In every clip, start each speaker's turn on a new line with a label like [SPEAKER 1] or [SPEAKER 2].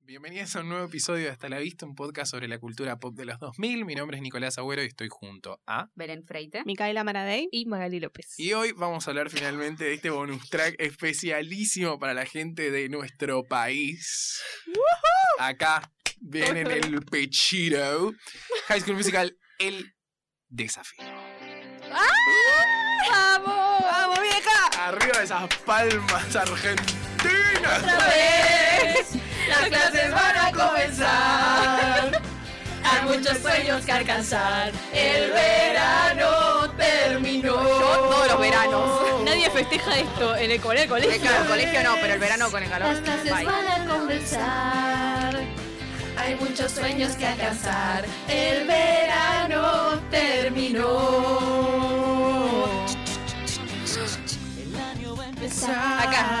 [SPEAKER 1] Bienvenidos a un nuevo episodio de Hasta la Vista, un podcast sobre la cultura pop de los 2000. Mi nombre es Nicolás Agüero y estoy junto a...
[SPEAKER 2] Belén Freite.
[SPEAKER 3] Micaela Maradei.
[SPEAKER 4] y Magali López.
[SPEAKER 1] Y hoy vamos a hablar finalmente de este bonus track especialísimo para la gente de nuestro país. Acá vienen el pechito. High School Musical, el desafío.
[SPEAKER 2] ¡Vamos!
[SPEAKER 3] ¡Vamos, vieja!
[SPEAKER 1] Arriba de esas palmas argentinas.
[SPEAKER 2] ¡Otra vez! Las clases van a comenzar. Hay muchos sueños que alcanzar. El verano terminó.
[SPEAKER 3] Yo todos los veranos.
[SPEAKER 4] Nadie festeja esto en el, con el colegio.
[SPEAKER 3] Claro, el colegio no, pero el verano con el calor.
[SPEAKER 2] Las clases
[SPEAKER 3] Bye.
[SPEAKER 2] van a comenzar. Hay muchos sueños que alcanzar. El verano terminó. El año va a empezar.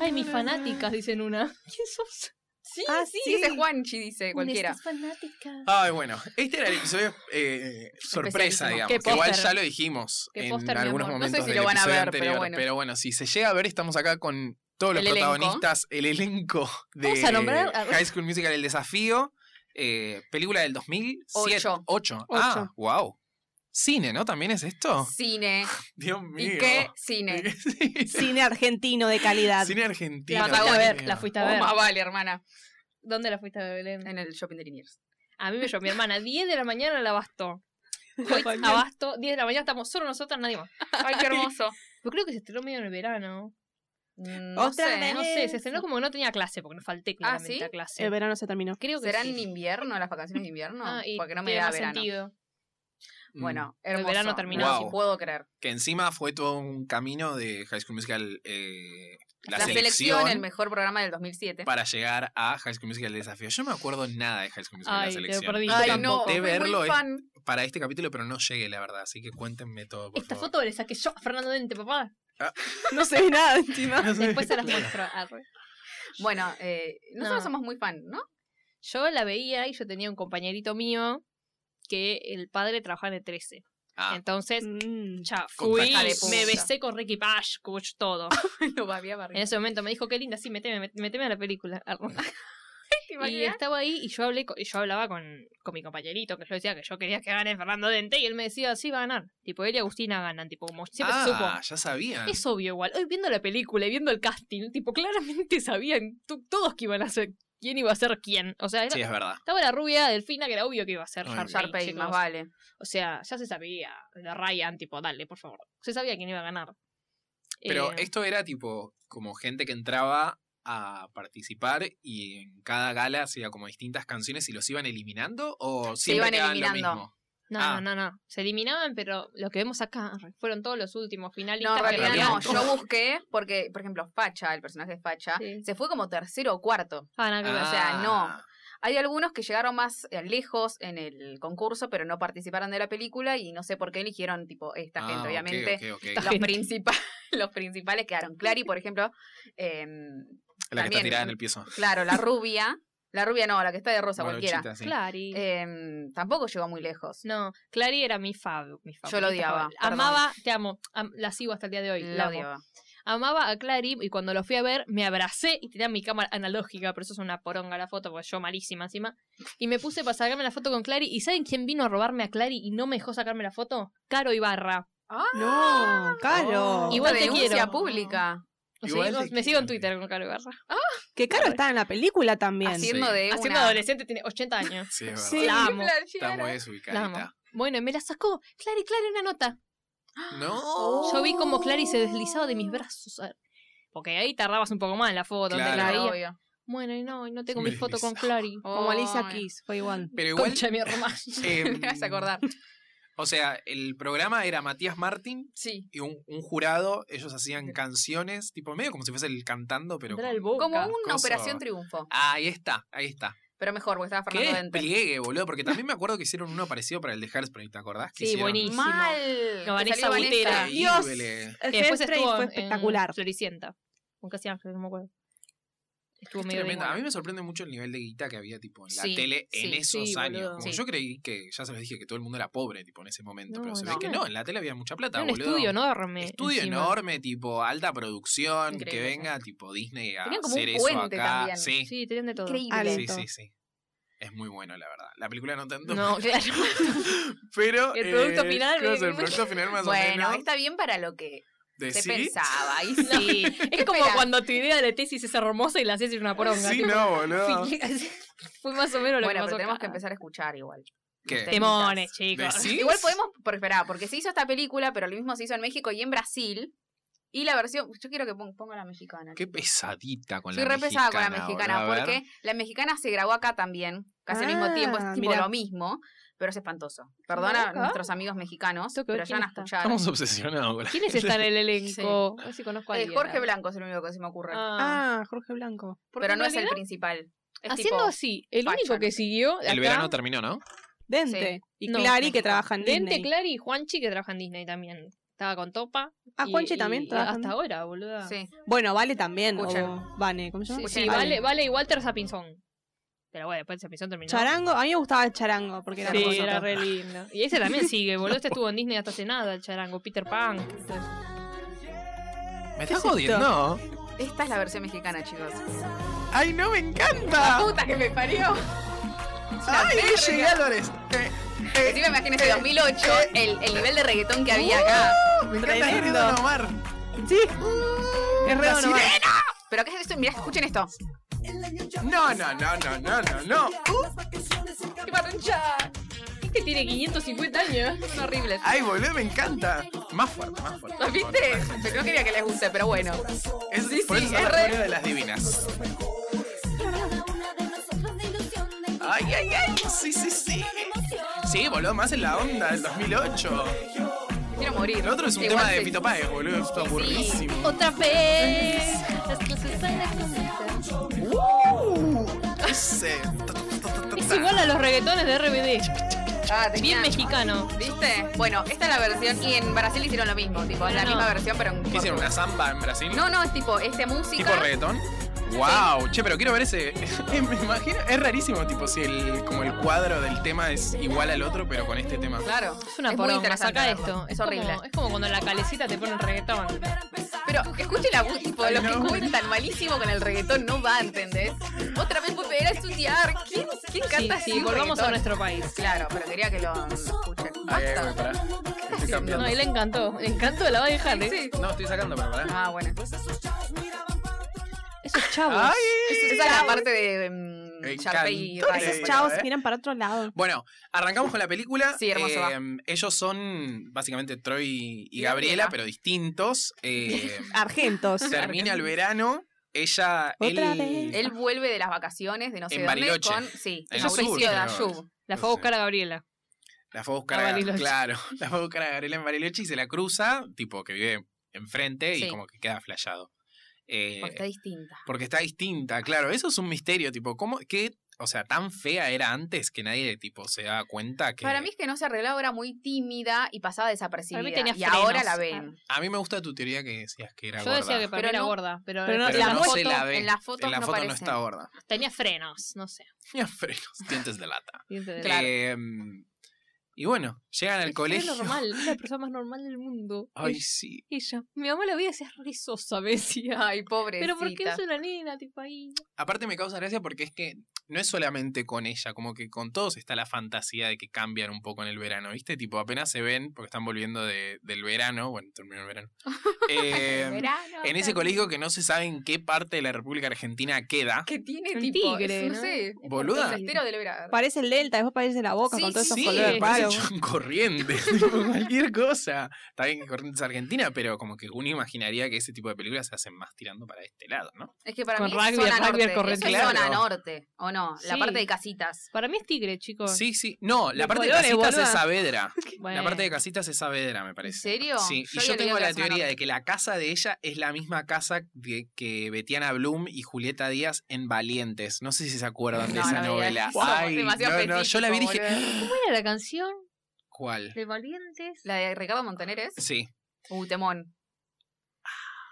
[SPEAKER 4] Ay, mis fanáticas, dicen una. ¿Quién sos?
[SPEAKER 2] Sí,
[SPEAKER 3] Ah, sí,
[SPEAKER 2] sí.
[SPEAKER 3] dice Juanchi, dice cualquiera.
[SPEAKER 2] Estás fanática.
[SPEAKER 1] Ay, bueno, este era el episodio eh, sorpresa,
[SPEAKER 2] Especialísimo.
[SPEAKER 1] digamos.
[SPEAKER 4] Qué
[SPEAKER 1] que Igual
[SPEAKER 4] póster.
[SPEAKER 1] ya lo dijimos
[SPEAKER 4] Qué
[SPEAKER 1] en
[SPEAKER 4] póster, mi
[SPEAKER 1] algunos
[SPEAKER 4] amor.
[SPEAKER 1] momentos
[SPEAKER 3] No sé si
[SPEAKER 1] del
[SPEAKER 3] lo van a
[SPEAKER 1] episodio
[SPEAKER 3] ver, pero
[SPEAKER 1] anterior.
[SPEAKER 3] bueno.
[SPEAKER 1] si se llega a ver, estamos acá con todos los
[SPEAKER 3] El elenco.
[SPEAKER 1] protagonistas, el elenco de
[SPEAKER 4] Vamos a nombrar a-
[SPEAKER 1] High School Musical El Desafío, eh, película del 2007.
[SPEAKER 3] Ocho.
[SPEAKER 1] Ocho. Ah,
[SPEAKER 4] Ocho.
[SPEAKER 1] wow. Cine, ¿no? ¿También es
[SPEAKER 4] Oh.
[SPEAKER 1] esto?
[SPEAKER 3] Cine.
[SPEAKER 1] Dios mío.
[SPEAKER 3] ¿Y qué cine?
[SPEAKER 4] Cine argentino de calidad.
[SPEAKER 1] Cine argentino.
[SPEAKER 4] La fuiste a
[SPEAKER 1] Dios
[SPEAKER 4] ver,
[SPEAKER 1] mío.
[SPEAKER 4] la fuiste a
[SPEAKER 3] Oh,
[SPEAKER 4] ver.
[SPEAKER 3] más vale, hermana.
[SPEAKER 4] ¿Dónde la fuiste a ver, Belén?
[SPEAKER 3] En el shopping de Liniers.
[SPEAKER 4] A mí me llevó mi hermana. 10 de la mañana la bastó.
[SPEAKER 3] Mañana.
[SPEAKER 4] Abasto, 10 de la mañana estamos solo nosotras, nadie más. Ay, qué hermoso. Yo creo que se estrenó medio en el verano.
[SPEAKER 3] Mm, No
[SPEAKER 4] Otra
[SPEAKER 3] sé.
[SPEAKER 4] vez. No sé, se estrenó como que no tenía clase, porque no falté claramente
[SPEAKER 3] ¿sí?
[SPEAKER 4] a clase.
[SPEAKER 5] El verano se terminó.
[SPEAKER 4] Creo que
[SPEAKER 3] ¿Será
[SPEAKER 4] sí.
[SPEAKER 3] en invierno, las vacaciones de invierno?
[SPEAKER 4] Ah, y
[SPEAKER 3] Porque no me
[SPEAKER 4] tiene
[SPEAKER 3] da
[SPEAKER 4] más
[SPEAKER 3] verano.
[SPEAKER 4] sentido.
[SPEAKER 1] Mm.
[SPEAKER 3] Bueno, hermoso.
[SPEAKER 4] verano terminó.
[SPEAKER 3] No
[SPEAKER 1] Wow.
[SPEAKER 3] puedo creer.
[SPEAKER 1] Que encima fue todo un camino de High School Musical, eh, la,
[SPEAKER 3] La,
[SPEAKER 1] selección,
[SPEAKER 3] selección, el mejor programa del 2007.
[SPEAKER 1] para llegar a High School Musical El Desafío. Yo no me acuerdo nada de High School Musical
[SPEAKER 4] Ay,
[SPEAKER 1] La
[SPEAKER 4] te
[SPEAKER 1] Selección.
[SPEAKER 4] perdiste.
[SPEAKER 3] Ay,
[SPEAKER 1] Intenté
[SPEAKER 3] no, fui muy
[SPEAKER 1] verlo eh,
[SPEAKER 3] fan.
[SPEAKER 1] para este capítulo, pero no llegué, la verdad. Así que cuéntenme todo, por
[SPEAKER 4] Esta
[SPEAKER 1] favor.
[SPEAKER 4] foto le saqué yo a Fernando Dente, papá.
[SPEAKER 5] No se ve nada encima.
[SPEAKER 4] Después se las muestro. arre.
[SPEAKER 3] Bueno, eh, nosotros
[SPEAKER 4] No.
[SPEAKER 3] somos muy fan, ¿no?
[SPEAKER 4] Yo la veía y yo tenía un compañerito mío que el padre trabajaba en el 13.
[SPEAKER 1] Ah,
[SPEAKER 4] Entonces,
[SPEAKER 5] Mm.
[SPEAKER 4] ya
[SPEAKER 1] Con
[SPEAKER 4] fui,
[SPEAKER 3] hija de puta.
[SPEAKER 4] me besé con Ricky Pash, coach, todo.
[SPEAKER 3] Lo babía
[SPEAKER 4] En ese momento me dijo, qué linda, sí, meteme, met- meteme a la película. Y estaba ahí y yo hablé co- y yo hablaba con, con mi compañerito, que yo decía que yo quería que gane Fernando Dente, y él me decía, sí, va a ganar. Tipo, él y Agustina ganan, tipo, como siempre se supo.
[SPEAKER 1] ah ya sabía.
[SPEAKER 4] Es obvio igual. Hoy viendo la película y viendo el casting, tipo, claramente sabían tu- todos que iban a ser quién iba a ser quién. O sea, era-
[SPEAKER 1] Sí, es verdad.
[SPEAKER 4] estaba la rubia Delfina, que era obvio que iba a ser
[SPEAKER 1] Ay,
[SPEAKER 4] Sharpay,
[SPEAKER 3] Sharpay,
[SPEAKER 4] chicos.
[SPEAKER 3] más vale.
[SPEAKER 4] O sea, ya se sabía. La Ryan, tipo, dale, por favor. Se sabía quién iba a ganar.
[SPEAKER 1] Pero
[SPEAKER 4] Eh,
[SPEAKER 1] esto era tipo como gente que entraba a participar y en cada gala hacía como distintas canciones y los iban eliminando o
[SPEAKER 3] Se
[SPEAKER 1] siempre
[SPEAKER 3] iban
[SPEAKER 1] quedaban
[SPEAKER 3] eliminando.
[SPEAKER 1] lo mismo.
[SPEAKER 4] No,
[SPEAKER 1] ah.
[SPEAKER 4] no, no, no. Se eliminaban, pero lo que vemos acá fueron todos los últimos
[SPEAKER 3] No,
[SPEAKER 4] finalistas.
[SPEAKER 3] en
[SPEAKER 4] que
[SPEAKER 3] realidad
[SPEAKER 1] realidad
[SPEAKER 3] no.
[SPEAKER 4] habían-
[SPEAKER 3] Yo busqué porque, por ejemplo, Facha, el personaje de Facha,
[SPEAKER 4] Sí.
[SPEAKER 3] se fue como tercero o cuarto.
[SPEAKER 4] Ah, nada que ver.
[SPEAKER 3] o sea,
[SPEAKER 1] Ah.
[SPEAKER 3] no. Hay algunos que llegaron más eh, lejos en el concurso, pero no participaron de la película y no sé por qué eligieron, tipo, esta
[SPEAKER 1] Ah,
[SPEAKER 3] gente,
[SPEAKER 1] ok,
[SPEAKER 3] obviamente.
[SPEAKER 1] ok, ok.
[SPEAKER 3] Los,
[SPEAKER 4] gente.
[SPEAKER 3] principa- los principales quedaron. Clary, por ejemplo,
[SPEAKER 1] La
[SPEAKER 3] em,
[SPEAKER 1] que está
[SPEAKER 3] también.
[SPEAKER 1] tirada en el piso.
[SPEAKER 3] claro, la rubia. La rubia no, la que está de rosa, cualquiera.
[SPEAKER 1] Morochita, sí.
[SPEAKER 4] Clary.
[SPEAKER 3] Em, tampoco llegó muy lejos.
[SPEAKER 4] No, Clary era mi fab. Mi
[SPEAKER 3] la
[SPEAKER 4] favorita,
[SPEAKER 3] odiaba,
[SPEAKER 4] favorita.
[SPEAKER 3] perdón.
[SPEAKER 4] Amaba, te amo. am- la sigo hasta el día de hoy.
[SPEAKER 3] la
[SPEAKER 4] La amo.
[SPEAKER 3] odiaba.
[SPEAKER 4] Amaba a Clary y cuando lo fui a ver me abracé y tenía mi cámara analógica, pero eso es una poronga la foto, porque yo malísima encima. Y me puse para sacarme la foto con Clary. ¿Y saben quién vino a robarme a Clary y no me dejó sacarme la foto? Caro Ibarra.
[SPEAKER 5] No, caro.
[SPEAKER 3] Ah, Una
[SPEAKER 4] Igual- te quiero.
[SPEAKER 3] denuncia pública.
[SPEAKER 4] Lo
[SPEAKER 1] Igual
[SPEAKER 4] seguimos-
[SPEAKER 1] te
[SPEAKER 4] me sigo en
[SPEAKER 1] quiero.
[SPEAKER 4] Twitter con Caro Ibarra.
[SPEAKER 5] Que caro está en la película también.
[SPEAKER 1] Así-
[SPEAKER 3] Haciendo
[SPEAKER 1] Sí.
[SPEAKER 3] de
[SPEAKER 4] Haciendo
[SPEAKER 3] Ah, una...
[SPEAKER 4] adolescente, tiene 80 años.
[SPEAKER 1] Sí, es
[SPEAKER 5] Sí.
[SPEAKER 1] verdad.
[SPEAKER 4] La amo.
[SPEAKER 1] Está muy
[SPEAKER 4] La amo.
[SPEAKER 1] desubicadita.
[SPEAKER 4] Bueno, y me la sacó. Clary, Clary, una nota.
[SPEAKER 1] No.
[SPEAKER 4] Yo vi
[SPEAKER 3] Oh.
[SPEAKER 4] como Clary se deslizaba de mis brazos. a ver, Porque ahí tardabas un poco más en la foto. te
[SPEAKER 1] Claro.
[SPEAKER 4] la
[SPEAKER 3] Claro,
[SPEAKER 4] veía.
[SPEAKER 3] obvio.
[SPEAKER 4] Bueno, y no, y no tengo
[SPEAKER 1] Me
[SPEAKER 4] mi foto con
[SPEAKER 1] deslizaba.
[SPEAKER 4] Clary.
[SPEAKER 5] Como Alicia
[SPEAKER 3] aquí
[SPEAKER 5] Keys, fue igual.
[SPEAKER 1] Pero igual.
[SPEAKER 4] Concha de mi hermana.
[SPEAKER 1] em,
[SPEAKER 3] Me vas a acordar.
[SPEAKER 1] O sea, el programa era Matías Martín
[SPEAKER 3] Sí.
[SPEAKER 1] y un, un jurado. Ellos hacían canciones, tipo medio como si fuese el cantando, pero.
[SPEAKER 4] Era
[SPEAKER 1] con-
[SPEAKER 4] el Boca.
[SPEAKER 3] Como una
[SPEAKER 1] cosa-
[SPEAKER 3] operación triunfo.
[SPEAKER 1] Ahí está, ahí está.
[SPEAKER 3] Pero mejor, porque estaba
[SPEAKER 1] Qué
[SPEAKER 3] Fernando Dente.
[SPEAKER 1] despliegue, boludo. Porque también me acuerdo que hicieron uno parecido para el de Hairspray, ¿te acordás? Que
[SPEAKER 4] Sí,
[SPEAKER 1] hicieron-
[SPEAKER 4] buenísimo.
[SPEAKER 3] Mal.
[SPEAKER 4] No,
[SPEAKER 3] Te
[SPEAKER 4] Vanessa
[SPEAKER 3] salió
[SPEAKER 4] Butera.
[SPEAKER 3] Vanessa.
[SPEAKER 5] Dios.
[SPEAKER 1] Increíble.
[SPEAKER 5] El
[SPEAKER 4] Que después
[SPEAKER 5] Hairspray
[SPEAKER 4] estuvo
[SPEAKER 5] fue
[SPEAKER 4] en
[SPEAKER 5] espectacular.
[SPEAKER 4] Floricienta. Con Casi Ángel, no me acuerdo. Estuvo
[SPEAKER 1] Es
[SPEAKER 4] medio de
[SPEAKER 1] tremendo. A
[SPEAKER 4] igual.
[SPEAKER 1] mí me sorprende mucho el nivel de guita que había tipo en la
[SPEAKER 3] Sí,
[SPEAKER 1] tele en
[SPEAKER 3] sí,
[SPEAKER 1] esos
[SPEAKER 5] sí,
[SPEAKER 1] años.
[SPEAKER 5] boludo.
[SPEAKER 1] Como
[SPEAKER 3] Sí.
[SPEAKER 1] Yo creí que, ya se los dije, que todo el mundo era pobre tipo en ese momento,
[SPEAKER 4] No,
[SPEAKER 1] pero se
[SPEAKER 4] no.
[SPEAKER 1] ve que no, en la tele había mucha plata,
[SPEAKER 4] Era un
[SPEAKER 1] boludo.
[SPEAKER 4] estudio enorme.
[SPEAKER 1] Estudio
[SPEAKER 4] encima.
[SPEAKER 1] enorme, tipo alta producción, que
[SPEAKER 3] Increíble.
[SPEAKER 1] venga tipo Disney a
[SPEAKER 3] Tenían como un
[SPEAKER 1] hacer eso
[SPEAKER 3] puente
[SPEAKER 1] acá.
[SPEAKER 3] también.
[SPEAKER 1] Sí,
[SPEAKER 4] Sí, tenían de todo.
[SPEAKER 3] Increíble.
[SPEAKER 1] sí, sí, sí. Es muy bueno, la verdad. La película no tanto.
[SPEAKER 4] No, claro.
[SPEAKER 1] Pero eh,
[SPEAKER 4] El producto final,
[SPEAKER 1] claro, el
[SPEAKER 4] baby.
[SPEAKER 1] producto final más o
[SPEAKER 3] Bueno,
[SPEAKER 1] menos.
[SPEAKER 3] está bien para lo que
[SPEAKER 1] de
[SPEAKER 3] se
[SPEAKER 1] sí.
[SPEAKER 3] pensaba. Ahí
[SPEAKER 4] No,
[SPEAKER 3] sí.
[SPEAKER 4] Es como
[SPEAKER 3] esperás?
[SPEAKER 4] cuando tu idea de tesis es hermosa y la haces en una poronga.
[SPEAKER 1] Sí,
[SPEAKER 4] tipo,
[SPEAKER 1] no, boludo.
[SPEAKER 4] sí, Fue más o menos lo
[SPEAKER 3] Bueno,
[SPEAKER 4] que
[SPEAKER 3] pero
[SPEAKER 4] pasó
[SPEAKER 3] tenemos
[SPEAKER 4] acá.
[SPEAKER 3] que empezar a escuchar igual.
[SPEAKER 1] ¿Qué?
[SPEAKER 3] Te-
[SPEAKER 4] Temones,
[SPEAKER 1] ¿De
[SPEAKER 4] chicos.
[SPEAKER 1] sí?
[SPEAKER 3] Igual podemos, por, esperá, porque se hizo esta película, pero lo mismo se hizo en México y en Brasil. Y la versión, yo quiero que pon- ponga la mexicana.
[SPEAKER 1] Qué pesadita con
[SPEAKER 3] Soy
[SPEAKER 1] la
[SPEAKER 3] re
[SPEAKER 1] mexicana.
[SPEAKER 3] pesada con la mexicana,
[SPEAKER 1] boludo. A ver.
[SPEAKER 3] porque la mexicana se grabó acá también, casi al mismo tiempo, es
[SPEAKER 5] Ah,
[SPEAKER 3] tipo
[SPEAKER 5] mirá.
[SPEAKER 3] lo mismo, pero es espantoso. Perdona a
[SPEAKER 4] Ajá.
[SPEAKER 3] nuestros amigos mexicanos,
[SPEAKER 4] Tengo que ver
[SPEAKER 3] pero ya
[SPEAKER 4] quién
[SPEAKER 3] van a
[SPEAKER 4] está.
[SPEAKER 3] escuchar.
[SPEAKER 1] Estamos obsesionados con la
[SPEAKER 4] ¿Quiénes están en el elenco? A ver si conozco a
[SPEAKER 3] Eh,
[SPEAKER 4] alguien.
[SPEAKER 3] Jorge Blanco es el único que se me ocurre,
[SPEAKER 4] Ah.
[SPEAKER 5] Ah, Jorge Blanco.
[SPEAKER 4] Porque
[SPEAKER 3] pero
[SPEAKER 4] en
[SPEAKER 3] no es el
[SPEAKER 4] realidad,
[SPEAKER 3] principal. Es
[SPEAKER 4] Haciendo
[SPEAKER 3] tipo-
[SPEAKER 4] así, el
[SPEAKER 3] facha,
[SPEAKER 4] único
[SPEAKER 3] no
[SPEAKER 4] que
[SPEAKER 3] sé.
[SPEAKER 4] siguió.
[SPEAKER 1] El
[SPEAKER 4] acá,
[SPEAKER 1] verano terminó, ¿no?
[SPEAKER 5] Dente. Y
[SPEAKER 4] No,
[SPEAKER 5] Clary,
[SPEAKER 4] no.
[SPEAKER 5] que trabaja en
[SPEAKER 4] Dente,
[SPEAKER 5] Disney.
[SPEAKER 4] Clary y Juanchi que trabajan en Disney también. Estaba con Topa.
[SPEAKER 5] Ah,
[SPEAKER 4] y-
[SPEAKER 5] Juanchi
[SPEAKER 4] y-
[SPEAKER 5] también
[SPEAKER 4] y
[SPEAKER 5] trabaja en
[SPEAKER 4] Hasta
[SPEAKER 5] Disney.
[SPEAKER 4] ahora, boluda.
[SPEAKER 3] Sí.
[SPEAKER 5] Bueno, Vale también. o
[SPEAKER 3] Escuchen.
[SPEAKER 5] Vane, ¿cómo se
[SPEAKER 4] Sí,
[SPEAKER 5] llama?
[SPEAKER 4] sí, vale, vale, y Walter Sapinzón. Pero bueno, después Sapinzón terminó.
[SPEAKER 5] Charango, a mí me gustaba el charango porque era
[SPEAKER 4] Sí,
[SPEAKER 5] hermoso.
[SPEAKER 4] era re lindo. Y ese también sigue, boludo. Este estuvo en Disney hasta hace nada, el charango. Peter Pan.
[SPEAKER 1] ¿Me
[SPEAKER 5] ¿Qué
[SPEAKER 1] estás
[SPEAKER 5] es esto?
[SPEAKER 1] jodiendo?
[SPEAKER 3] Esta es la versión mexicana, chicos.
[SPEAKER 1] ¡Ay, no, me encanta!
[SPEAKER 3] ¡Puta que me parió!
[SPEAKER 1] ¡Ay, Ella Álvarez! Eh, eh,
[SPEAKER 3] Encima imagínense 2008, el, el nivel de reggaetón que había acá.
[SPEAKER 1] me encanta
[SPEAKER 5] tremendo.
[SPEAKER 1] Greta Omar. Uh,
[SPEAKER 5] Sí, es re
[SPEAKER 1] La
[SPEAKER 5] bueno.
[SPEAKER 1] sirena.
[SPEAKER 3] Pero ¿qué es esto? Mirá, escuchen esto.
[SPEAKER 1] No, no, no, no, no, no, no.
[SPEAKER 4] ¡Qué barrancha! Este tiene 550 años. Son horribles.
[SPEAKER 1] Ay, boludo, me encanta. Más fuerte, más fuerte.
[SPEAKER 3] ¿Lo
[SPEAKER 1] más
[SPEAKER 3] viste?
[SPEAKER 1] fuerte.
[SPEAKER 3] Pero no quería que les guste, pero bueno.
[SPEAKER 1] Es,
[SPEAKER 3] Sí,
[SPEAKER 1] por
[SPEAKER 3] sí,
[SPEAKER 1] eso es
[SPEAKER 3] es
[SPEAKER 1] la
[SPEAKER 3] re-
[SPEAKER 1] reina de las divinas. Ay, ay, ay. Sí, sí, sí. Sí, boludo, más en la onda del 2008.
[SPEAKER 3] Quiero morir.
[SPEAKER 1] El otro es un
[SPEAKER 3] Igual
[SPEAKER 1] tema de
[SPEAKER 3] sí.
[SPEAKER 1] Pito Páez, boludo. Esto es aburridísimo.
[SPEAKER 4] Otra vez.
[SPEAKER 1] Uh, ese.
[SPEAKER 4] Es igual a los reggaetones de RBD.
[SPEAKER 3] Ah,
[SPEAKER 4] Bien
[SPEAKER 3] tenían-
[SPEAKER 4] mexicano.
[SPEAKER 3] ¿Viste? Bueno, esta es la versión y en Brasil hicieron lo mismo, tipo, es la
[SPEAKER 4] No, no.
[SPEAKER 3] misma versión pero en
[SPEAKER 1] ¿Qué hicieron? ¿Una
[SPEAKER 3] portugués.
[SPEAKER 1] zampa en Brasil?
[SPEAKER 3] No, no, es tipo, este
[SPEAKER 1] ¿Tipo
[SPEAKER 3] música.
[SPEAKER 1] reggaetón? Wow, che, pero quiero ver ese. Me imagino, es rarísimo, tipo, si el, como el cuadro del tema es igual al otro, pero con este tema.
[SPEAKER 3] Claro.
[SPEAKER 4] Es una
[SPEAKER 3] muy
[SPEAKER 4] poronga,
[SPEAKER 3] interesante
[SPEAKER 4] saca
[SPEAKER 3] verlo.
[SPEAKER 4] esto.
[SPEAKER 3] Es, horrible.
[SPEAKER 4] Como, es como cuando en la calecita te ponen reggaetón.
[SPEAKER 3] Pero escuchen la voz, tipo,
[SPEAKER 1] Ay,
[SPEAKER 3] los
[SPEAKER 1] no.
[SPEAKER 3] que juegan tan malísimo con el reggaetón no va, ¿entendés? Otra vez volver a estudiar. ¿Quién, quién
[SPEAKER 4] Sí,
[SPEAKER 3] canta así?
[SPEAKER 4] sí, volvamos
[SPEAKER 3] reggaetón?
[SPEAKER 4] a nuestro país.
[SPEAKER 3] Claro, pero quería que lo escuchen.
[SPEAKER 1] Ay, ay,
[SPEAKER 3] Basta.
[SPEAKER 1] pará. Estoy
[SPEAKER 4] No,
[SPEAKER 1] cambiando.
[SPEAKER 4] y le encantó. Le encantó, la va a dejar, ¿eh?
[SPEAKER 1] No, estoy sacando, pero pará.
[SPEAKER 3] Ah, bueno.
[SPEAKER 4] Esos
[SPEAKER 3] Ah,
[SPEAKER 4] chavos.
[SPEAKER 1] Ay.
[SPEAKER 3] Esa es la parte de mm, Sharpay y
[SPEAKER 1] Encantó.
[SPEAKER 3] Ryan.
[SPEAKER 1] Sí.
[SPEAKER 5] Esos chavos
[SPEAKER 1] eh.
[SPEAKER 5] miran para otro lado.
[SPEAKER 1] Bueno, arrancamos con la película. Eh,
[SPEAKER 3] Sí, hermoso, va.
[SPEAKER 1] ellos son básicamente Troy y
[SPEAKER 3] Y
[SPEAKER 1] Gabriela,
[SPEAKER 3] Gabriela.
[SPEAKER 1] pero distintos. Eh,
[SPEAKER 5] Argentos.
[SPEAKER 1] termina el verano. Ella.
[SPEAKER 5] Otra
[SPEAKER 1] él-
[SPEAKER 5] vez.
[SPEAKER 3] Él vuelve de las vacaciones de no sé
[SPEAKER 1] En
[SPEAKER 3] dónde
[SPEAKER 1] Bariloche.
[SPEAKER 3] con. Sí,
[SPEAKER 1] En
[SPEAKER 3] yo
[SPEAKER 1] el sur,
[SPEAKER 3] juicio de
[SPEAKER 1] creo.
[SPEAKER 3] Ayub.
[SPEAKER 4] La
[SPEAKER 1] No
[SPEAKER 4] fue a
[SPEAKER 1] sé.
[SPEAKER 4] buscar a Gabriela.
[SPEAKER 1] La fue a buscar
[SPEAKER 4] A
[SPEAKER 1] a,
[SPEAKER 4] Bariloche.
[SPEAKER 1] Claro, la fue a buscar a Gabriela en Bariloche y se la cruza, tipo que vive enfrente y
[SPEAKER 3] Sí.
[SPEAKER 1] como que queda flayado. Eh,
[SPEAKER 3] Porque está distinta.
[SPEAKER 1] porque está distinta, claro. Eso es un misterio, tipo, ¿cómo? ¿Qué? O sea, tan fea era antes que nadie, tipo, se da cuenta que.
[SPEAKER 3] Para mí es que no se arreglaba, era muy tímida y pasaba desapercibida.
[SPEAKER 4] Para mí tenía
[SPEAKER 3] y ahora
[SPEAKER 4] frenos.
[SPEAKER 3] la ven.
[SPEAKER 1] A mí me gusta tu teoría que decías que era
[SPEAKER 4] Yo
[SPEAKER 1] gorda.
[SPEAKER 4] decía que para
[SPEAKER 3] Pero
[SPEAKER 4] mí era
[SPEAKER 3] no-
[SPEAKER 4] gorda, pero,
[SPEAKER 5] pero no-
[SPEAKER 1] Pero
[SPEAKER 4] la
[SPEAKER 1] no
[SPEAKER 4] foto
[SPEAKER 1] se la ve.
[SPEAKER 3] en las fotos
[SPEAKER 1] En la
[SPEAKER 3] no
[SPEAKER 1] foto no
[SPEAKER 3] parecen.
[SPEAKER 1] está gorda.
[SPEAKER 4] tenía frenos, no sé.
[SPEAKER 1] Tenía frenos, dientes de lata.
[SPEAKER 4] Claro.
[SPEAKER 3] Claro.
[SPEAKER 1] Eh, y bueno, llegan al colegio.
[SPEAKER 4] Es normal, es la persona más normal del mundo.
[SPEAKER 1] Ay,
[SPEAKER 4] Es
[SPEAKER 1] sí.
[SPEAKER 4] Ella. Mi mamá la veía decía es rizosa, me decía.
[SPEAKER 3] Ay, pobre.
[SPEAKER 4] Pero ¿por qué es una nena, tipo ahí?
[SPEAKER 1] Aparte me causa gracia porque es que no es solamente con ella, como que con todos está la fantasía de que cambian un poco en el verano, ¿viste? Tipo, apenas se ven, porque están volviendo de- del verano, bueno, terminó el verano. Eh, en ese colegio que no se sabe en qué parte de la República Argentina queda.
[SPEAKER 3] Que tiene
[SPEAKER 4] Un
[SPEAKER 3] tipo.
[SPEAKER 4] tigre,
[SPEAKER 3] no
[SPEAKER 4] ¿no?
[SPEAKER 3] sé.
[SPEAKER 1] Boluda.
[SPEAKER 3] el estero del verano.
[SPEAKER 5] Parece el delta, después parece la boca
[SPEAKER 3] Sí,
[SPEAKER 5] con todos
[SPEAKER 1] sí,
[SPEAKER 5] esos colores
[SPEAKER 1] parece
[SPEAKER 5] raros.
[SPEAKER 1] hecho en corriente, tipo, cualquier cosa. Está bien que corriente es Argentina, pero como que uno imaginaría que ese tipo de películas se hacen más tirando para este lado, ¿no?
[SPEAKER 3] Es que para
[SPEAKER 4] Con
[SPEAKER 3] mí
[SPEAKER 4] rugby,
[SPEAKER 3] es zona
[SPEAKER 4] rugby
[SPEAKER 3] norte.
[SPEAKER 4] corriente.
[SPEAKER 3] Eso es zona
[SPEAKER 1] Claro.
[SPEAKER 3] norte, ¿o no? La
[SPEAKER 4] Sí.
[SPEAKER 3] parte de casitas.
[SPEAKER 4] Para mí es tigre, chicos.
[SPEAKER 1] Sí, sí. No, la
[SPEAKER 4] Los
[SPEAKER 1] parte de
[SPEAKER 4] colores,
[SPEAKER 1] casitas es
[SPEAKER 4] boluda.
[SPEAKER 1] Saavedra.
[SPEAKER 4] Bueno.
[SPEAKER 1] La parte de casitas es Saavedra, me parece.
[SPEAKER 3] ¿En serio?
[SPEAKER 1] Sí,
[SPEAKER 3] Yo
[SPEAKER 1] y yo
[SPEAKER 3] había
[SPEAKER 1] tengo
[SPEAKER 3] leído que
[SPEAKER 1] la
[SPEAKER 3] era zona
[SPEAKER 1] teoría
[SPEAKER 3] norte.
[SPEAKER 1] de que la casa de ella es la misma casa de- que Betiana Bloom y Julieta Díaz en Valientes. No sé si se acuerdan de
[SPEAKER 3] No,
[SPEAKER 1] esa
[SPEAKER 3] no, mira,
[SPEAKER 1] novela.
[SPEAKER 3] eso,
[SPEAKER 1] Ay,
[SPEAKER 3] demasiado
[SPEAKER 1] no, no, yo la vi y
[SPEAKER 3] específico,
[SPEAKER 1] dije, ¡Ah!
[SPEAKER 3] boludo.
[SPEAKER 4] ¿Cómo era la canción
[SPEAKER 1] ¿cuál?
[SPEAKER 4] de Valientes?
[SPEAKER 3] La de Ricardo Montaner es.
[SPEAKER 1] Sí.
[SPEAKER 3] Uh, temón.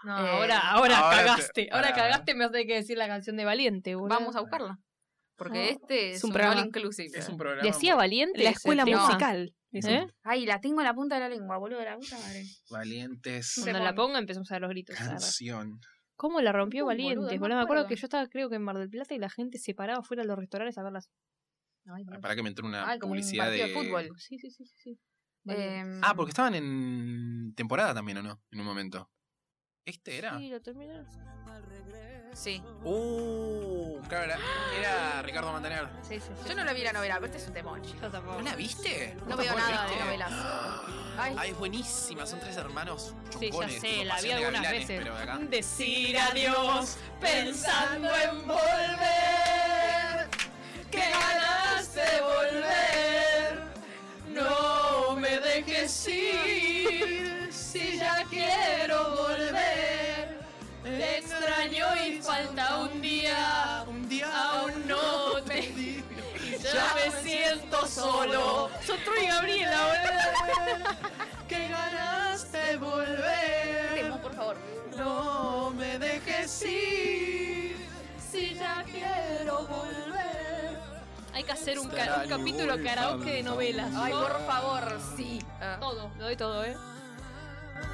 [SPEAKER 4] No,
[SPEAKER 3] Eh,
[SPEAKER 4] ahora, ahora,
[SPEAKER 1] ahora te-
[SPEAKER 4] cagaste. ahora
[SPEAKER 1] ahora-
[SPEAKER 4] cagaste, me vas a tener que decir la canción de Valiente, boludo.
[SPEAKER 3] Vamos a buscarla. Porque
[SPEAKER 5] Ah,
[SPEAKER 3] este es,
[SPEAKER 5] es un
[SPEAKER 3] un
[SPEAKER 5] programa.
[SPEAKER 3] all inclusive.
[SPEAKER 1] Es un programa.
[SPEAKER 4] Decía Valiente.
[SPEAKER 5] La
[SPEAKER 4] ese
[SPEAKER 5] escuela
[SPEAKER 4] tema.
[SPEAKER 5] musical.
[SPEAKER 4] ¿Eh?
[SPEAKER 3] Ay, la tengo en la punta de la lengua, boludo, la puta madre.
[SPEAKER 1] Valientes
[SPEAKER 3] Se
[SPEAKER 4] Cuando la
[SPEAKER 3] pone.
[SPEAKER 4] ponga empezamos a dar los gritos.
[SPEAKER 1] canción.
[SPEAKER 4] ¿Cómo la rompió
[SPEAKER 3] Uh,
[SPEAKER 4] Valiente?
[SPEAKER 3] boludo, no
[SPEAKER 4] boludo?
[SPEAKER 3] me
[SPEAKER 4] me acuerdo
[SPEAKER 3] acuerdo.
[SPEAKER 4] que yo estaba, creo que en Mar del Plata y la gente se paraba fuera de los restaurantes a verlas.
[SPEAKER 3] Ay, Dios.
[SPEAKER 1] Para Ah, que me entró una
[SPEAKER 3] Ay, como un
[SPEAKER 1] publicidad
[SPEAKER 3] partido
[SPEAKER 1] de...
[SPEAKER 3] de fútbol.
[SPEAKER 4] Sí, sí, sí, sí. sí. Eh, Valiente.
[SPEAKER 3] Em,
[SPEAKER 1] Ah, porque estaban en temporada también, ¿o no? En un momento. ¿Este era?
[SPEAKER 4] Sí, lo terminaron.
[SPEAKER 3] Sí.
[SPEAKER 1] Uh, claro, era, era Ricardo Montaner.
[SPEAKER 4] Sí, sí, sí.
[SPEAKER 3] Yo no la vi la novela, pero este es un temón, chicos.
[SPEAKER 4] Yo tampoco.
[SPEAKER 1] ¿No la viste?
[SPEAKER 3] No
[SPEAKER 1] te
[SPEAKER 3] veo
[SPEAKER 1] acuerdas,
[SPEAKER 3] nada de
[SPEAKER 1] viste?
[SPEAKER 3] novelas. Ay.
[SPEAKER 1] Ah, es buenísima, son tres hermanos
[SPEAKER 4] Sí, ya
[SPEAKER 1] chongones,
[SPEAKER 4] sé,
[SPEAKER 1] tipo
[SPEAKER 4] la vi
[SPEAKER 1] Pasión de
[SPEAKER 4] algunas
[SPEAKER 1] Gavilanes,
[SPEAKER 4] veces.
[SPEAKER 1] Pero de acá.
[SPEAKER 4] Decir
[SPEAKER 2] adiós pensando en volver. Qué ganas de volver. No me dejes ir si ya quiero volver. Te extraño y falta un día.
[SPEAKER 1] Un día
[SPEAKER 2] Aún no te
[SPEAKER 1] di.
[SPEAKER 2] Ya me siento solo.
[SPEAKER 4] Son Troy y Gabriela, boludo.
[SPEAKER 2] Qué ganas de volver.
[SPEAKER 3] Temón, por favor.
[SPEAKER 2] No me dejes ir si ya quiero volver.
[SPEAKER 4] Hay que hacer un, ca- un capítulo karaoke de novelas.
[SPEAKER 3] Ay,
[SPEAKER 4] Todo,
[SPEAKER 3] por favor, sí. Ah.
[SPEAKER 4] Todo, lo doy todo, ¿eh?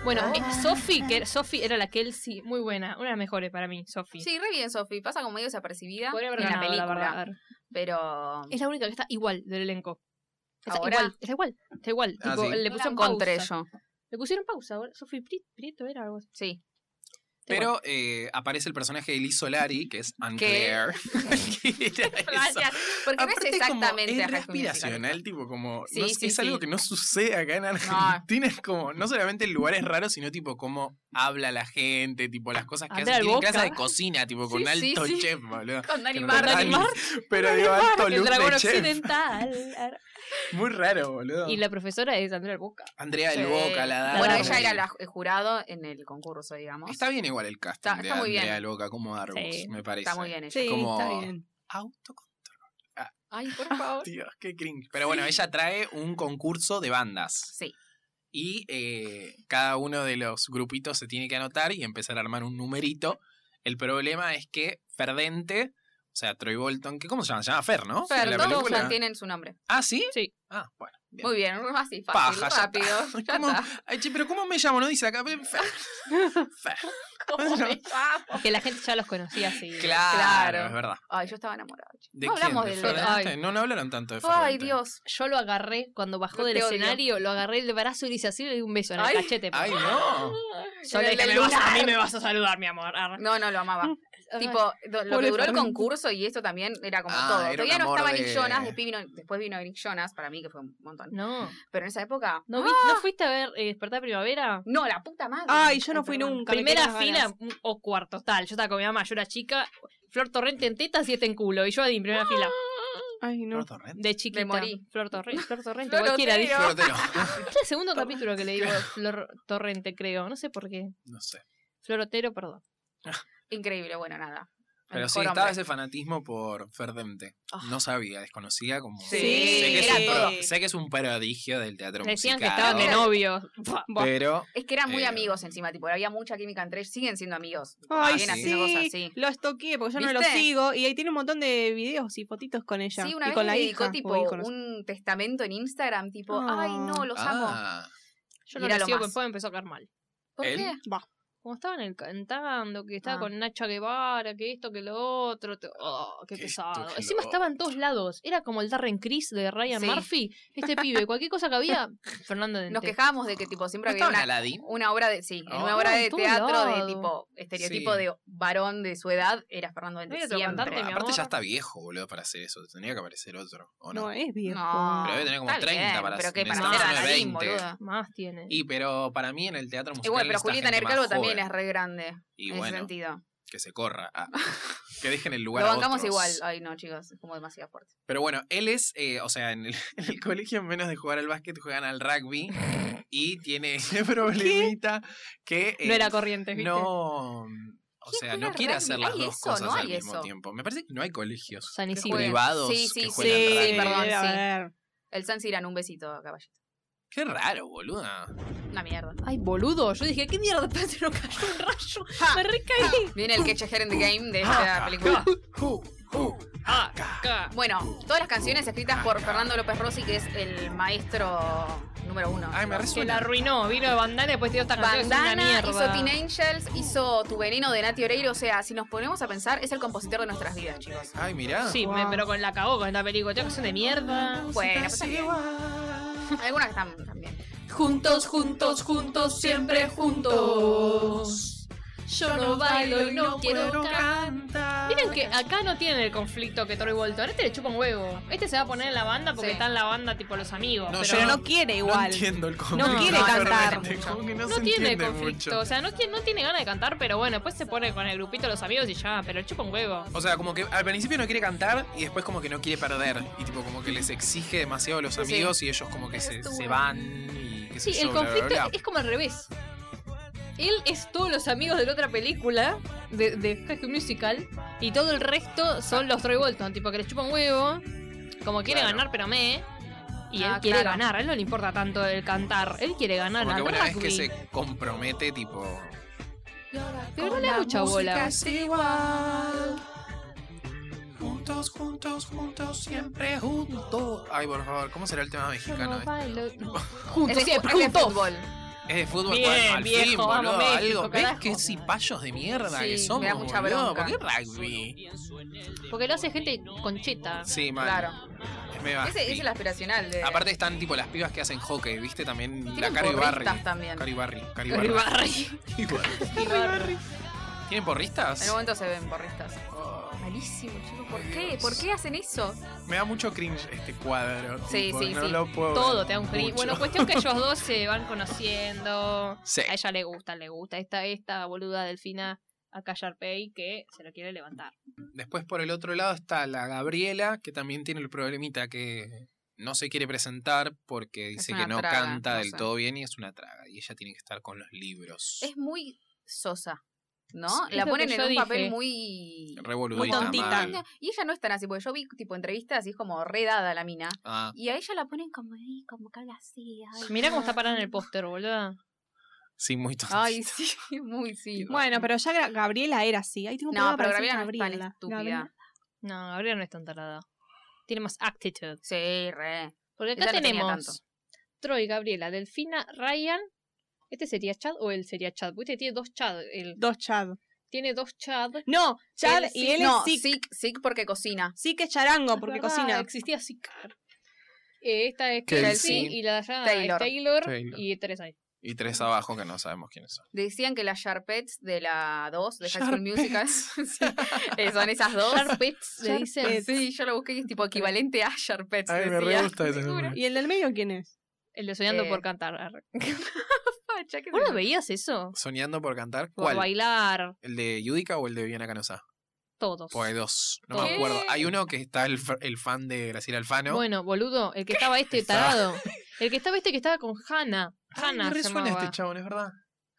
[SPEAKER 4] Bueno, eh, Sofi, que era, Sofi era la Kelsey, muy buena, una de las mejores para mí, Sofi.
[SPEAKER 3] Sí, re bien, Sofi. Pasa como medio desapercibida
[SPEAKER 4] Podría haber
[SPEAKER 3] en la
[SPEAKER 4] ganado, la
[SPEAKER 3] película.
[SPEAKER 4] verdad.
[SPEAKER 3] pero.
[SPEAKER 4] Es la única que está igual del elenco. Está
[SPEAKER 3] Ahora.
[SPEAKER 4] igual, está igual, está igual.
[SPEAKER 1] Ah,
[SPEAKER 4] tipo,
[SPEAKER 1] sí.
[SPEAKER 3] Le
[SPEAKER 4] Le
[SPEAKER 3] puse
[SPEAKER 4] pusieron
[SPEAKER 3] un
[SPEAKER 4] pausa.
[SPEAKER 3] contrello.
[SPEAKER 4] Le pusieron pausa, boludo. Sofi Pri- Prieto era algo así.
[SPEAKER 3] Sí.
[SPEAKER 1] Pero eh, aparece el personaje de Liz Solari, que es Anne Claire. ¿Qué era eso?
[SPEAKER 3] Gracias. Porque no
[SPEAKER 1] Aparte,
[SPEAKER 3] es
[SPEAKER 1] como,
[SPEAKER 3] exactamente a
[SPEAKER 1] es
[SPEAKER 3] High School
[SPEAKER 1] respiracional, tipo como
[SPEAKER 3] Sí,
[SPEAKER 1] no sé,
[SPEAKER 3] sí,
[SPEAKER 1] es algo
[SPEAKER 3] sí.
[SPEAKER 1] que no sucede acá en Argentina, es como no solamente en lugares raros, sino tipo cómo habla la gente, tipo las cosas que
[SPEAKER 4] Andrea
[SPEAKER 1] hacen, tienen
[SPEAKER 4] Boca.
[SPEAKER 1] clase de cocina, tipo con
[SPEAKER 3] Sí, sí,
[SPEAKER 1] alto
[SPEAKER 3] sí.
[SPEAKER 1] chef, boludo.
[SPEAKER 3] Musical. Con Dani
[SPEAKER 1] Que no-
[SPEAKER 3] Mar-
[SPEAKER 1] Dani Mar- Pero digo, alto
[SPEAKER 4] el
[SPEAKER 1] look
[SPEAKER 4] dragón
[SPEAKER 1] de chef.
[SPEAKER 4] occidental.
[SPEAKER 1] Muy raro, boludo.
[SPEAKER 4] Y la profesora es Andrea Boca.
[SPEAKER 1] Andrea del
[SPEAKER 3] Sí.
[SPEAKER 1] Boca, la Darwin.
[SPEAKER 3] Bueno,
[SPEAKER 4] Dani.
[SPEAKER 3] ella era la- el jurado en el concurso, digamos.
[SPEAKER 1] Está bien igual el casting
[SPEAKER 3] Está-
[SPEAKER 1] de
[SPEAKER 3] está muy bien.
[SPEAKER 1] Andrea del Boca como Darwin,
[SPEAKER 4] Sí.
[SPEAKER 1] me parece.
[SPEAKER 3] Está muy bien ella.
[SPEAKER 5] Sí,
[SPEAKER 1] Como-
[SPEAKER 5] está bien.
[SPEAKER 1] Autocontrol.
[SPEAKER 3] Ay, por favor.
[SPEAKER 1] Dios, qué cringe. Pero bueno, ella trae un concurso de bandas.
[SPEAKER 3] Sí.
[SPEAKER 1] y eh, cada uno de los grupitos se tiene que anotar y empezar a armar un numerito. El problema es que Ferdente, o sea, Troy Bolton, que ¿cómo se llama? Se llama Fer, ¿no? En
[SPEAKER 3] Pero
[SPEAKER 1] la
[SPEAKER 3] todos
[SPEAKER 1] película.
[SPEAKER 3] mantienen su nombre.
[SPEAKER 1] Ah, ¿sí?
[SPEAKER 4] Sí.
[SPEAKER 1] Ah, bueno. Bien.
[SPEAKER 3] Muy bien, así, fácil,
[SPEAKER 1] Paja, ya
[SPEAKER 3] rápido.
[SPEAKER 1] está. ¿Cómo? Ay, che, pero ¿cómo me llamo? No dice acá. Fer. Fer.
[SPEAKER 3] ¿Cómo
[SPEAKER 1] Bueno.
[SPEAKER 3] me llamo?
[SPEAKER 4] Que la gente ya los conocía así.
[SPEAKER 1] Claro,
[SPEAKER 3] Claro.
[SPEAKER 1] es verdad.
[SPEAKER 3] Ay, yo estaba enamorada. chico.
[SPEAKER 1] ¿De
[SPEAKER 3] No hablamos
[SPEAKER 1] quién?
[SPEAKER 3] del
[SPEAKER 1] ¿De Ferdente?
[SPEAKER 4] ay.
[SPEAKER 1] No, no hablaron tanto de Ferdente.
[SPEAKER 3] Ay, Dios.
[SPEAKER 4] Yo lo agarré cuando bajó
[SPEAKER 3] Yo
[SPEAKER 4] del
[SPEAKER 3] te odio.
[SPEAKER 4] escenario, lo agarré del brazo y le hice así y le di un beso en el
[SPEAKER 3] Ay.
[SPEAKER 4] cachete.
[SPEAKER 1] Ay, no.
[SPEAKER 4] Yo le
[SPEAKER 3] En
[SPEAKER 4] dije,
[SPEAKER 3] el
[SPEAKER 4] "Me vas a, a
[SPEAKER 3] lunar.
[SPEAKER 4] mí me vas a saludar, mi amor. Arre.
[SPEAKER 3] No, no, lo amaba. Tipo, do- lo que
[SPEAKER 5] Pobre
[SPEAKER 3] duró el
[SPEAKER 5] Fernando.
[SPEAKER 3] concurso y esto también era como
[SPEAKER 1] Ah,
[SPEAKER 3] todo.
[SPEAKER 1] era un
[SPEAKER 3] Todavía no
[SPEAKER 1] amor
[SPEAKER 3] estaba
[SPEAKER 1] de-
[SPEAKER 3] Nick Jonas, después vino, después vino Nick Jonas, para mí que fue un montón.
[SPEAKER 5] Mm.
[SPEAKER 4] No.
[SPEAKER 3] Pero en esa época,
[SPEAKER 4] ¿No, vi-
[SPEAKER 5] Ah.
[SPEAKER 4] ¿no fuiste a ver eh, Despertar Primavera?
[SPEAKER 3] no, la puta madre.
[SPEAKER 5] Ay, yo no fui
[SPEAKER 3] perdón.
[SPEAKER 5] nunca. me quedé
[SPEAKER 4] Primera
[SPEAKER 5] con
[SPEAKER 4] fila
[SPEAKER 5] ganas.
[SPEAKER 4] mm, o cuarto, tal. Yo estaba con mi mamá, yo era chica. Flor Torrente en tetas y este en culo. Y yo en primera fila.
[SPEAKER 5] Ay, no.
[SPEAKER 1] Flor Torrente.
[SPEAKER 4] De chiquita.
[SPEAKER 3] morí.
[SPEAKER 4] Flor Torrente. Flor Torrente.
[SPEAKER 3] Flor
[SPEAKER 4] cualquiera
[SPEAKER 3] Otero.
[SPEAKER 4] dice. Este
[SPEAKER 1] Flor Otero.
[SPEAKER 4] Es el segundo capítulo que le digo Flor Torrente, creo. No sé por qué.
[SPEAKER 1] No sé.
[SPEAKER 4] Flor Otero, perdón.
[SPEAKER 3] Increíble, bueno, nada. El
[SPEAKER 1] Pero sí,
[SPEAKER 3] mejor
[SPEAKER 1] estaba
[SPEAKER 3] hombre. Ah.
[SPEAKER 1] ese fanatismo por Ferdente. No sabía, desconocía como.
[SPEAKER 3] Sí,
[SPEAKER 1] sé, que es
[SPEAKER 3] era
[SPEAKER 1] un
[SPEAKER 3] todo.
[SPEAKER 1] pro- sé que es un prodigio del teatro
[SPEAKER 4] Decían que
[SPEAKER 1] musical.
[SPEAKER 4] estaban de
[SPEAKER 3] Era-
[SPEAKER 4] novios. Buah, buah.
[SPEAKER 1] Pero
[SPEAKER 3] Es que eran muy
[SPEAKER 1] Eh.
[SPEAKER 3] amigos encima, tipo, había mucha química entre ellos, siguen siendo amigos.
[SPEAKER 5] Ay,
[SPEAKER 1] Bien,
[SPEAKER 5] sí.
[SPEAKER 3] haciendo cosas así.
[SPEAKER 5] Lo estoqué porque yo no lo
[SPEAKER 3] ¿Viste?
[SPEAKER 5] sigo. Y ahí tiene un montón de videos y fotitos con ella.
[SPEAKER 3] Sí, una
[SPEAKER 5] y
[SPEAKER 3] vez
[SPEAKER 5] con
[SPEAKER 3] le
[SPEAKER 5] la
[SPEAKER 3] dedicó
[SPEAKER 5] hija,
[SPEAKER 3] tipo
[SPEAKER 5] o hijos, no sé.
[SPEAKER 3] un testamento en Instagram, tipo,
[SPEAKER 5] Ah.
[SPEAKER 3] ay no, los amo.
[SPEAKER 1] ah,
[SPEAKER 4] Yo no
[SPEAKER 3] Era
[SPEAKER 4] lo
[SPEAKER 3] lo
[SPEAKER 4] sigo,
[SPEAKER 3] más.
[SPEAKER 4] después me empezó a caer mal.
[SPEAKER 3] ¿Por
[SPEAKER 1] él-
[SPEAKER 3] qué?
[SPEAKER 4] Como estaba en el cantando, que estaba
[SPEAKER 3] Ah.
[SPEAKER 4] con Nacha Guevara, que esto, que lo otro. te- oh, qué,
[SPEAKER 1] Que esto,
[SPEAKER 4] pesado.
[SPEAKER 1] que lo
[SPEAKER 4] Encima estaba en todos lados. Era como el Darren Criss de Ryan
[SPEAKER 3] Sí.
[SPEAKER 4] Murphy. Este pibe, cualquier cosa que había, Fernando Dente.
[SPEAKER 3] Nos quejábamos de que tipo
[SPEAKER 1] ¿No
[SPEAKER 3] siempre había
[SPEAKER 1] estaba en
[SPEAKER 3] una,
[SPEAKER 1] Aladdin?
[SPEAKER 3] una obra de, sí, en
[SPEAKER 1] Oh.
[SPEAKER 3] una obra
[SPEAKER 4] No,
[SPEAKER 3] de
[SPEAKER 4] en todo
[SPEAKER 3] teatro
[SPEAKER 4] lado.
[SPEAKER 3] de tipo estereotipo
[SPEAKER 1] Sí.
[SPEAKER 3] de varón de su edad, era Fernando
[SPEAKER 4] No hay
[SPEAKER 3] Dente
[SPEAKER 4] otro cantante,
[SPEAKER 3] siempre.
[SPEAKER 4] mi
[SPEAKER 1] Aparte
[SPEAKER 4] amor.
[SPEAKER 1] ya está viejo, boludo, para hacer eso. Tendría que aparecer otro, ¿o no?
[SPEAKER 5] No, es viejo.
[SPEAKER 3] No.
[SPEAKER 1] Pero debe tener como
[SPEAKER 3] Está
[SPEAKER 1] 30
[SPEAKER 3] bien,
[SPEAKER 1] para
[SPEAKER 3] pero que para
[SPEAKER 1] necesita
[SPEAKER 3] ser
[SPEAKER 1] tener
[SPEAKER 3] Aladdin,
[SPEAKER 1] 20.
[SPEAKER 3] boluda.
[SPEAKER 4] Más tiene.
[SPEAKER 1] Y pero para mí en el teatro musical
[SPEAKER 3] Igual, pero
[SPEAKER 1] necesita
[SPEAKER 3] Julieta
[SPEAKER 1] gente más
[SPEAKER 3] Nercalvo también
[SPEAKER 1] joven.
[SPEAKER 3] es re grande
[SPEAKER 1] Y
[SPEAKER 3] en ese
[SPEAKER 1] bueno,
[SPEAKER 3] sentido.
[SPEAKER 1] que se corra. ah. que dejen el lugar
[SPEAKER 3] Lo
[SPEAKER 1] a
[SPEAKER 3] bancamos
[SPEAKER 1] otros.
[SPEAKER 3] igual. Ay, no, chicos, es como demasiado fuerte.
[SPEAKER 1] Pero bueno, él es, eh, o sea, en el, en el colegio en menos de jugar al básquet juegan al rugby y tiene ese problemita que... eh,
[SPEAKER 4] no era corriente, ¿viste?
[SPEAKER 1] No, o
[SPEAKER 3] ¿Quién
[SPEAKER 1] sea,
[SPEAKER 3] juega
[SPEAKER 1] no quiere
[SPEAKER 3] rugby?
[SPEAKER 1] hacer las
[SPEAKER 3] ¿Hay
[SPEAKER 1] dos
[SPEAKER 3] eso?
[SPEAKER 1] cosas
[SPEAKER 3] No
[SPEAKER 1] al
[SPEAKER 3] hay
[SPEAKER 1] mismo
[SPEAKER 3] eso.
[SPEAKER 1] tiempo. Me parece que no hay colegios
[SPEAKER 4] San
[SPEAKER 3] Que
[SPEAKER 4] Isidro.
[SPEAKER 3] juegan.
[SPEAKER 1] privados
[SPEAKER 3] Sí, sí,
[SPEAKER 1] que
[SPEAKER 3] sí,
[SPEAKER 1] juegan rugby.
[SPEAKER 3] perdón,
[SPEAKER 5] debe
[SPEAKER 3] sí.
[SPEAKER 5] haber.
[SPEAKER 3] El San Sirán, un besito, caballito.
[SPEAKER 1] Qué raro, boluda.
[SPEAKER 3] Una mierda.
[SPEAKER 4] Ay, boludo. Yo dije, ¿qué mierda? Pero se nos cayó un rayo. Me recaí.
[SPEAKER 3] Viene el Catch a Hair in the Game de esta película.
[SPEAKER 1] Ju, ju.
[SPEAKER 4] Ah, acá.
[SPEAKER 3] Bueno, todas las canciones escritas por Fernando López Rossi, que es el maestro número uno.
[SPEAKER 1] Ay, me
[SPEAKER 4] Que la
[SPEAKER 1] resuena.
[SPEAKER 4] arruinó. Vino de bandana y después dio esta canción. que es una
[SPEAKER 3] Bandana,
[SPEAKER 4] mierda.
[SPEAKER 3] hizo Teen Angels, hizo Tu Veneno de Nati Oreiro. O sea, si nos ponemos a pensar, es el compositor de nuestras vidas, chicos.
[SPEAKER 1] Ay, mirá.
[SPEAKER 4] Sí, me- pero con la cagó con esta película. Tengo canción de mierda.
[SPEAKER 3] Bueno, pues está bien. Algunas que están también.
[SPEAKER 2] Juntos, juntos, juntos, siempre juntos. Yo no bailo y no quiero cantar.
[SPEAKER 4] Miren que acá no tienen el conflicto que Troy Bolton. Este le chupa un huevo. Este se va a poner en la banda porque
[SPEAKER 3] Sí.
[SPEAKER 4] está en la banda tipo los amigos.
[SPEAKER 1] No,
[SPEAKER 4] pero
[SPEAKER 5] Pero
[SPEAKER 1] yo
[SPEAKER 5] no quiere
[SPEAKER 1] No
[SPEAKER 5] igual.
[SPEAKER 1] entiendo el
[SPEAKER 4] No
[SPEAKER 1] conflicto.
[SPEAKER 4] quiere
[SPEAKER 5] cantar.
[SPEAKER 1] realmente, como que no,
[SPEAKER 4] no
[SPEAKER 1] se
[SPEAKER 4] tiene
[SPEAKER 1] entiende
[SPEAKER 4] conflicto.
[SPEAKER 1] mucho.
[SPEAKER 4] O sea, no, tiene- no tiene ganas de cantar, pero bueno, después se pone con el grupito de los amigos y ya, pero le chupa un huevo.
[SPEAKER 1] O sea, como que al principio no quiere cantar y después como que no quiere perder. Y tipo, como que les exige demasiado a los amigos y ellos como que se, se van y qué sé
[SPEAKER 4] Sí,
[SPEAKER 1] yo,
[SPEAKER 4] el
[SPEAKER 1] bla, bla,
[SPEAKER 4] conflicto
[SPEAKER 1] bla.
[SPEAKER 4] es como al revés. Él es todos los amigos de la otra película, de, de High School Musical, y todo el resto son los Troy Bolton, tipo que le chupan huevo, como quiere
[SPEAKER 1] Claro.
[SPEAKER 4] ganar, pero me. Y
[SPEAKER 3] Ah,
[SPEAKER 4] él quiere
[SPEAKER 3] claro.
[SPEAKER 4] ganar, a él no le importa tanto el cantar, él quiere ganar.
[SPEAKER 1] Como que
[SPEAKER 4] ganar
[SPEAKER 1] una vez que
[SPEAKER 4] rugby.
[SPEAKER 1] se compromete, tipo...
[SPEAKER 4] Pero no le da mucha bola.
[SPEAKER 1] Juntos, juntos, juntos, siempre juntos. Ay, por favor, ¿cómo será el tema mexicano?
[SPEAKER 3] este,
[SPEAKER 1] eh?
[SPEAKER 4] Juntos,
[SPEAKER 3] es de,
[SPEAKER 4] siempre
[SPEAKER 3] es de
[SPEAKER 4] juntos.
[SPEAKER 3] fútbol.
[SPEAKER 1] Es de fútbol,
[SPEAKER 4] Bien,
[SPEAKER 1] bueno, al fin, boludo,
[SPEAKER 4] viejo, vamos, México,
[SPEAKER 1] algo. ¿Ves
[SPEAKER 4] carajo.
[SPEAKER 1] qué cipayos de mierda
[SPEAKER 3] Sí,
[SPEAKER 1] que somos,
[SPEAKER 3] me da mucha
[SPEAKER 1] boludo?
[SPEAKER 3] bronca.
[SPEAKER 1] ¿Por qué rugby?
[SPEAKER 4] Porque lo hace gente concheta.
[SPEAKER 1] Sí, mal.
[SPEAKER 3] Claro.
[SPEAKER 1] Me va.
[SPEAKER 3] Ese, ese es el aspiracional. De,
[SPEAKER 1] Ah, Aparte están tipo las pibas que hacen hockey, ¿viste? También la
[SPEAKER 3] tienen
[SPEAKER 1] Caro Ibarri.
[SPEAKER 3] porristas también.
[SPEAKER 1] Caro Ibarri. Caro
[SPEAKER 4] Con el
[SPEAKER 1] Ibarri.
[SPEAKER 4] barrio.
[SPEAKER 1] ¿Tienen
[SPEAKER 3] En
[SPEAKER 1] porristas?
[SPEAKER 3] algún momento se ven porristas.
[SPEAKER 1] Oh,
[SPEAKER 3] Malísimo, chicos. ¿Por
[SPEAKER 1] Ay,
[SPEAKER 3] qué?
[SPEAKER 1] Dios.
[SPEAKER 3] ¿Por qué hacen eso?
[SPEAKER 1] me da mucho cringe este cuadro.
[SPEAKER 3] Sí,
[SPEAKER 1] tipo,
[SPEAKER 3] sí,
[SPEAKER 1] no
[SPEAKER 3] sí.
[SPEAKER 1] Lo puedo
[SPEAKER 4] Todo
[SPEAKER 1] ver
[SPEAKER 4] te da un cringe.
[SPEAKER 1] mucho.
[SPEAKER 4] Bueno, cuestión que ellos dos se van conociendo.
[SPEAKER 1] Sí.
[SPEAKER 4] A ella le gusta, le gusta. Esta, esta boluda delfina a Callarpey que se lo quiere levantar.
[SPEAKER 3] pues-
[SPEAKER 1] Después por el otro lado está la Gabriela, que también tiene el problemita que no se quiere presentar porque dice
[SPEAKER 3] una
[SPEAKER 1] que no
[SPEAKER 3] traga,
[SPEAKER 1] canta
[SPEAKER 3] no
[SPEAKER 1] del
[SPEAKER 3] sé.
[SPEAKER 1] todo bien y es una traga. Y ella tiene que estar con los libros.
[SPEAKER 3] Es muy sosa, ¿no?
[SPEAKER 1] Sí.
[SPEAKER 4] Es
[SPEAKER 3] La
[SPEAKER 4] lo
[SPEAKER 3] ponen
[SPEAKER 4] que
[SPEAKER 3] en
[SPEAKER 4] yo
[SPEAKER 3] un
[SPEAKER 4] dije.
[SPEAKER 3] papel muy...
[SPEAKER 5] Muy
[SPEAKER 1] Revoludita.
[SPEAKER 5] tontita.
[SPEAKER 1] mal.
[SPEAKER 3] Y ella no es tan así, porque yo vi tipo entrevistas y es como redada la mina.
[SPEAKER 1] Ah,
[SPEAKER 3] Y a ella la ponen como ahí, como que habla así. ay,
[SPEAKER 4] Mirá cómo
[SPEAKER 3] no.
[SPEAKER 4] está parada en el póster, boluda.
[SPEAKER 1] sí, muy tontita.
[SPEAKER 3] Ay, sí, muy sí.
[SPEAKER 5] Bueno, pero ya Gra- Gabriela era así. Ahí tengo un
[SPEAKER 3] No,
[SPEAKER 5] problema
[SPEAKER 3] pero
[SPEAKER 5] para decir
[SPEAKER 3] Gabriela no es tan
[SPEAKER 5] Gabriela.
[SPEAKER 3] estúpida.
[SPEAKER 4] No, Gabriela no es tan tarada. Tiene más actitud.
[SPEAKER 3] Sí, re.
[SPEAKER 4] Porque
[SPEAKER 3] Ella
[SPEAKER 4] acá
[SPEAKER 3] no tenía tanto.
[SPEAKER 4] tenemos Troy, Gabriela, Delfina, Ryan. ¿Este sería Chad o él sería Chad? Porque este tiene dos Chad. él.
[SPEAKER 5] Dos Chad.
[SPEAKER 4] tiene dos Chad.
[SPEAKER 5] No, Chad
[SPEAKER 4] Él sí-
[SPEAKER 5] y él
[SPEAKER 3] no,
[SPEAKER 5] es sick. Sí.
[SPEAKER 3] sick, sick porque cocina.
[SPEAKER 5] que es charango porque
[SPEAKER 4] Es verdad,
[SPEAKER 5] cocina.
[SPEAKER 4] Existía Sicar. Eh, esta es
[SPEAKER 1] Kelsey.
[SPEAKER 4] Kelsey y la de allá
[SPEAKER 3] Taylor.
[SPEAKER 4] es Taylor,
[SPEAKER 1] Taylor.
[SPEAKER 4] y Teresa. ahí.
[SPEAKER 1] Y tres abajo que no sabemos quiénes son.
[SPEAKER 3] Decían que las Sharpets de la 2, de High School Musical, sí, eh, son esas dos.
[SPEAKER 4] Sharpets le
[SPEAKER 5] Sharpets.
[SPEAKER 4] dicen
[SPEAKER 3] Sí, yo lo busqué y es tipo equivalente a Sharpets. decía. Seguro.
[SPEAKER 5] ¿Y el del medio quién es?
[SPEAKER 4] el de soñando
[SPEAKER 3] Eh.
[SPEAKER 4] por cantar. arre.
[SPEAKER 3] Facha, ¿qué
[SPEAKER 4] ¿Vos
[SPEAKER 3] sé
[SPEAKER 4] no
[SPEAKER 3] yo?
[SPEAKER 4] veías eso?
[SPEAKER 1] Soñando por cantar.
[SPEAKER 4] Por
[SPEAKER 1] ¿Cuál?
[SPEAKER 4] bailar,
[SPEAKER 1] ¿El de Yudica o el de Viviana Canosa?
[SPEAKER 4] todos.
[SPEAKER 1] Pues hay dos. No
[SPEAKER 4] ¿Qué?
[SPEAKER 1] me acuerdo. Hay uno que está el, fa- el fan de Graciela Alfano.
[SPEAKER 4] Bueno, boludo, el que estaba este
[SPEAKER 1] Estaba-
[SPEAKER 4] tarado. El que estaba este que estaba con Hannah.
[SPEAKER 1] Ay, me
[SPEAKER 4] Hannah se
[SPEAKER 1] resuena
[SPEAKER 4] llamaba.
[SPEAKER 1] este chabón, es verdad.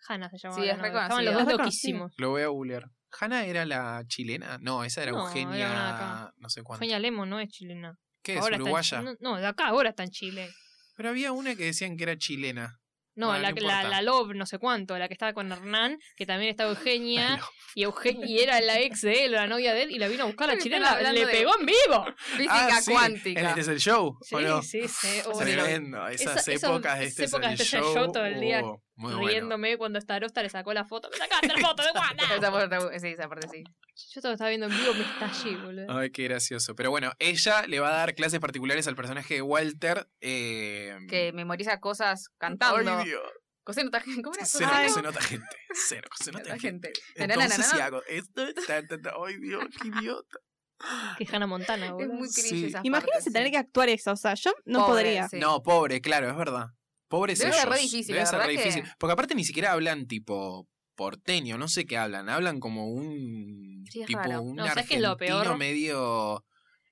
[SPEAKER 4] Hannah se llamaba.
[SPEAKER 3] Sí,
[SPEAKER 4] la
[SPEAKER 3] es
[SPEAKER 4] novia.
[SPEAKER 3] reconocida.
[SPEAKER 4] Estaban los
[SPEAKER 5] Es
[SPEAKER 4] dos
[SPEAKER 5] reconocida.
[SPEAKER 4] loquísimos.
[SPEAKER 1] Lo voy a googlear. ¿Hannah era la chilena? No, esa era
[SPEAKER 4] No, era
[SPEAKER 1] Eugenia.
[SPEAKER 4] una de acá.
[SPEAKER 1] No sé cuánto.
[SPEAKER 4] Sonia Lemo no es chilena.
[SPEAKER 1] ¿Qué es?
[SPEAKER 4] ahora está en-
[SPEAKER 1] ¿Uruguaya?
[SPEAKER 4] no, no, de acá ahora está en Chile.
[SPEAKER 1] Pero había una que decían que era chilena.
[SPEAKER 4] No,
[SPEAKER 1] Bueno,
[SPEAKER 4] la,
[SPEAKER 1] Ah, no
[SPEAKER 4] que- la,
[SPEAKER 1] importa.
[SPEAKER 4] la Love, no sé cuánto, la que estaba con Hernán, que también estaba Eugenia,
[SPEAKER 1] Love.
[SPEAKER 4] y Eugenia y era la ex de él, la novia de él, y la vino a buscar a la
[SPEAKER 3] Pero
[SPEAKER 4] chilena,
[SPEAKER 3] están hablando
[SPEAKER 4] le
[SPEAKER 3] de-
[SPEAKER 4] pegó en vivo.
[SPEAKER 3] Física
[SPEAKER 1] ah, sí,
[SPEAKER 3] cuántica.
[SPEAKER 1] ¿Este es el show?
[SPEAKER 4] Sí,
[SPEAKER 1] ¿o no?
[SPEAKER 4] sí, sí. oh, sí.
[SPEAKER 1] Tremendo. Esas
[SPEAKER 4] Esa- esas
[SPEAKER 1] épocas de este es
[SPEAKER 4] épocas
[SPEAKER 1] el
[SPEAKER 4] de este
[SPEAKER 1] show.
[SPEAKER 4] show todo el día,
[SPEAKER 1] oh, muy bueno.
[SPEAKER 4] Riéndome cuando Starosta le sacó la foto. ¡Me sacaste la foto de
[SPEAKER 3] Esa
[SPEAKER 4] Wanda!
[SPEAKER 3] parte- sí, esa parte sí.
[SPEAKER 4] Yo todo estaba viendo en vivo, me estallé, boludo.
[SPEAKER 1] Ay, qué gracioso. Pero bueno, ella le va a dar clases particulares al personaje de Walter. Eh...
[SPEAKER 3] Que memoriza cosas cantando.
[SPEAKER 1] Ay, Dios.
[SPEAKER 3] Coseno tajante. ¿Cómo era?
[SPEAKER 1] Cero
[SPEAKER 5] Ay.
[SPEAKER 1] que se nota gente. Cero que se nota
[SPEAKER 3] La
[SPEAKER 1] gente.
[SPEAKER 3] gente. Na, na, na,
[SPEAKER 1] Entonces
[SPEAKER 3] na,
[SPEAKER 1] si
[SPEAKER 3] na.
[SPEAKER 1] hago esto, ta, ta, ta. ay Dios, qué idiota. Ah.
[SPEAKER 4] Que es Hannah Montana,
[SPEAKER 3] Es
[SPEAKER 4] boludo.
[SPEAKER 3] muy cringe
[SPEAKER 1] Sí.
[SPEAKER 3] esas
[SPEAKER 5] Imagínense
[SPEAKER 3] partes,
[SPEAKER 5] tener
[SPEAKER 3] Ah, sí.
[SPEAKER 5] que actuar eso. O sea, yo no
[SPEAKER 3] Pobre,
[SPEAKER 5] podría.
[SPEAKER 3] sí.
[SPEAKER 1] No, pobre, claro, es verdad. Pobre
[SPEAKER 3] Debe ser re difícil, la verdad que-
[SPEAKER 1] Porque aparte ni siquiera hablan tipo porteño, no sé qué hablan. Hablan como un
[SPEAKER 3] Sí, es
[SPEAKER 1] tipo
[SPEAKER 3] raro.
[SPEAKER 1] un
[SPEAKER 4] No, ¿sabes qué es
[SPEAKER 1] argentino
[SPEAKER 4] lo peor?
[SPEAKER 1] medio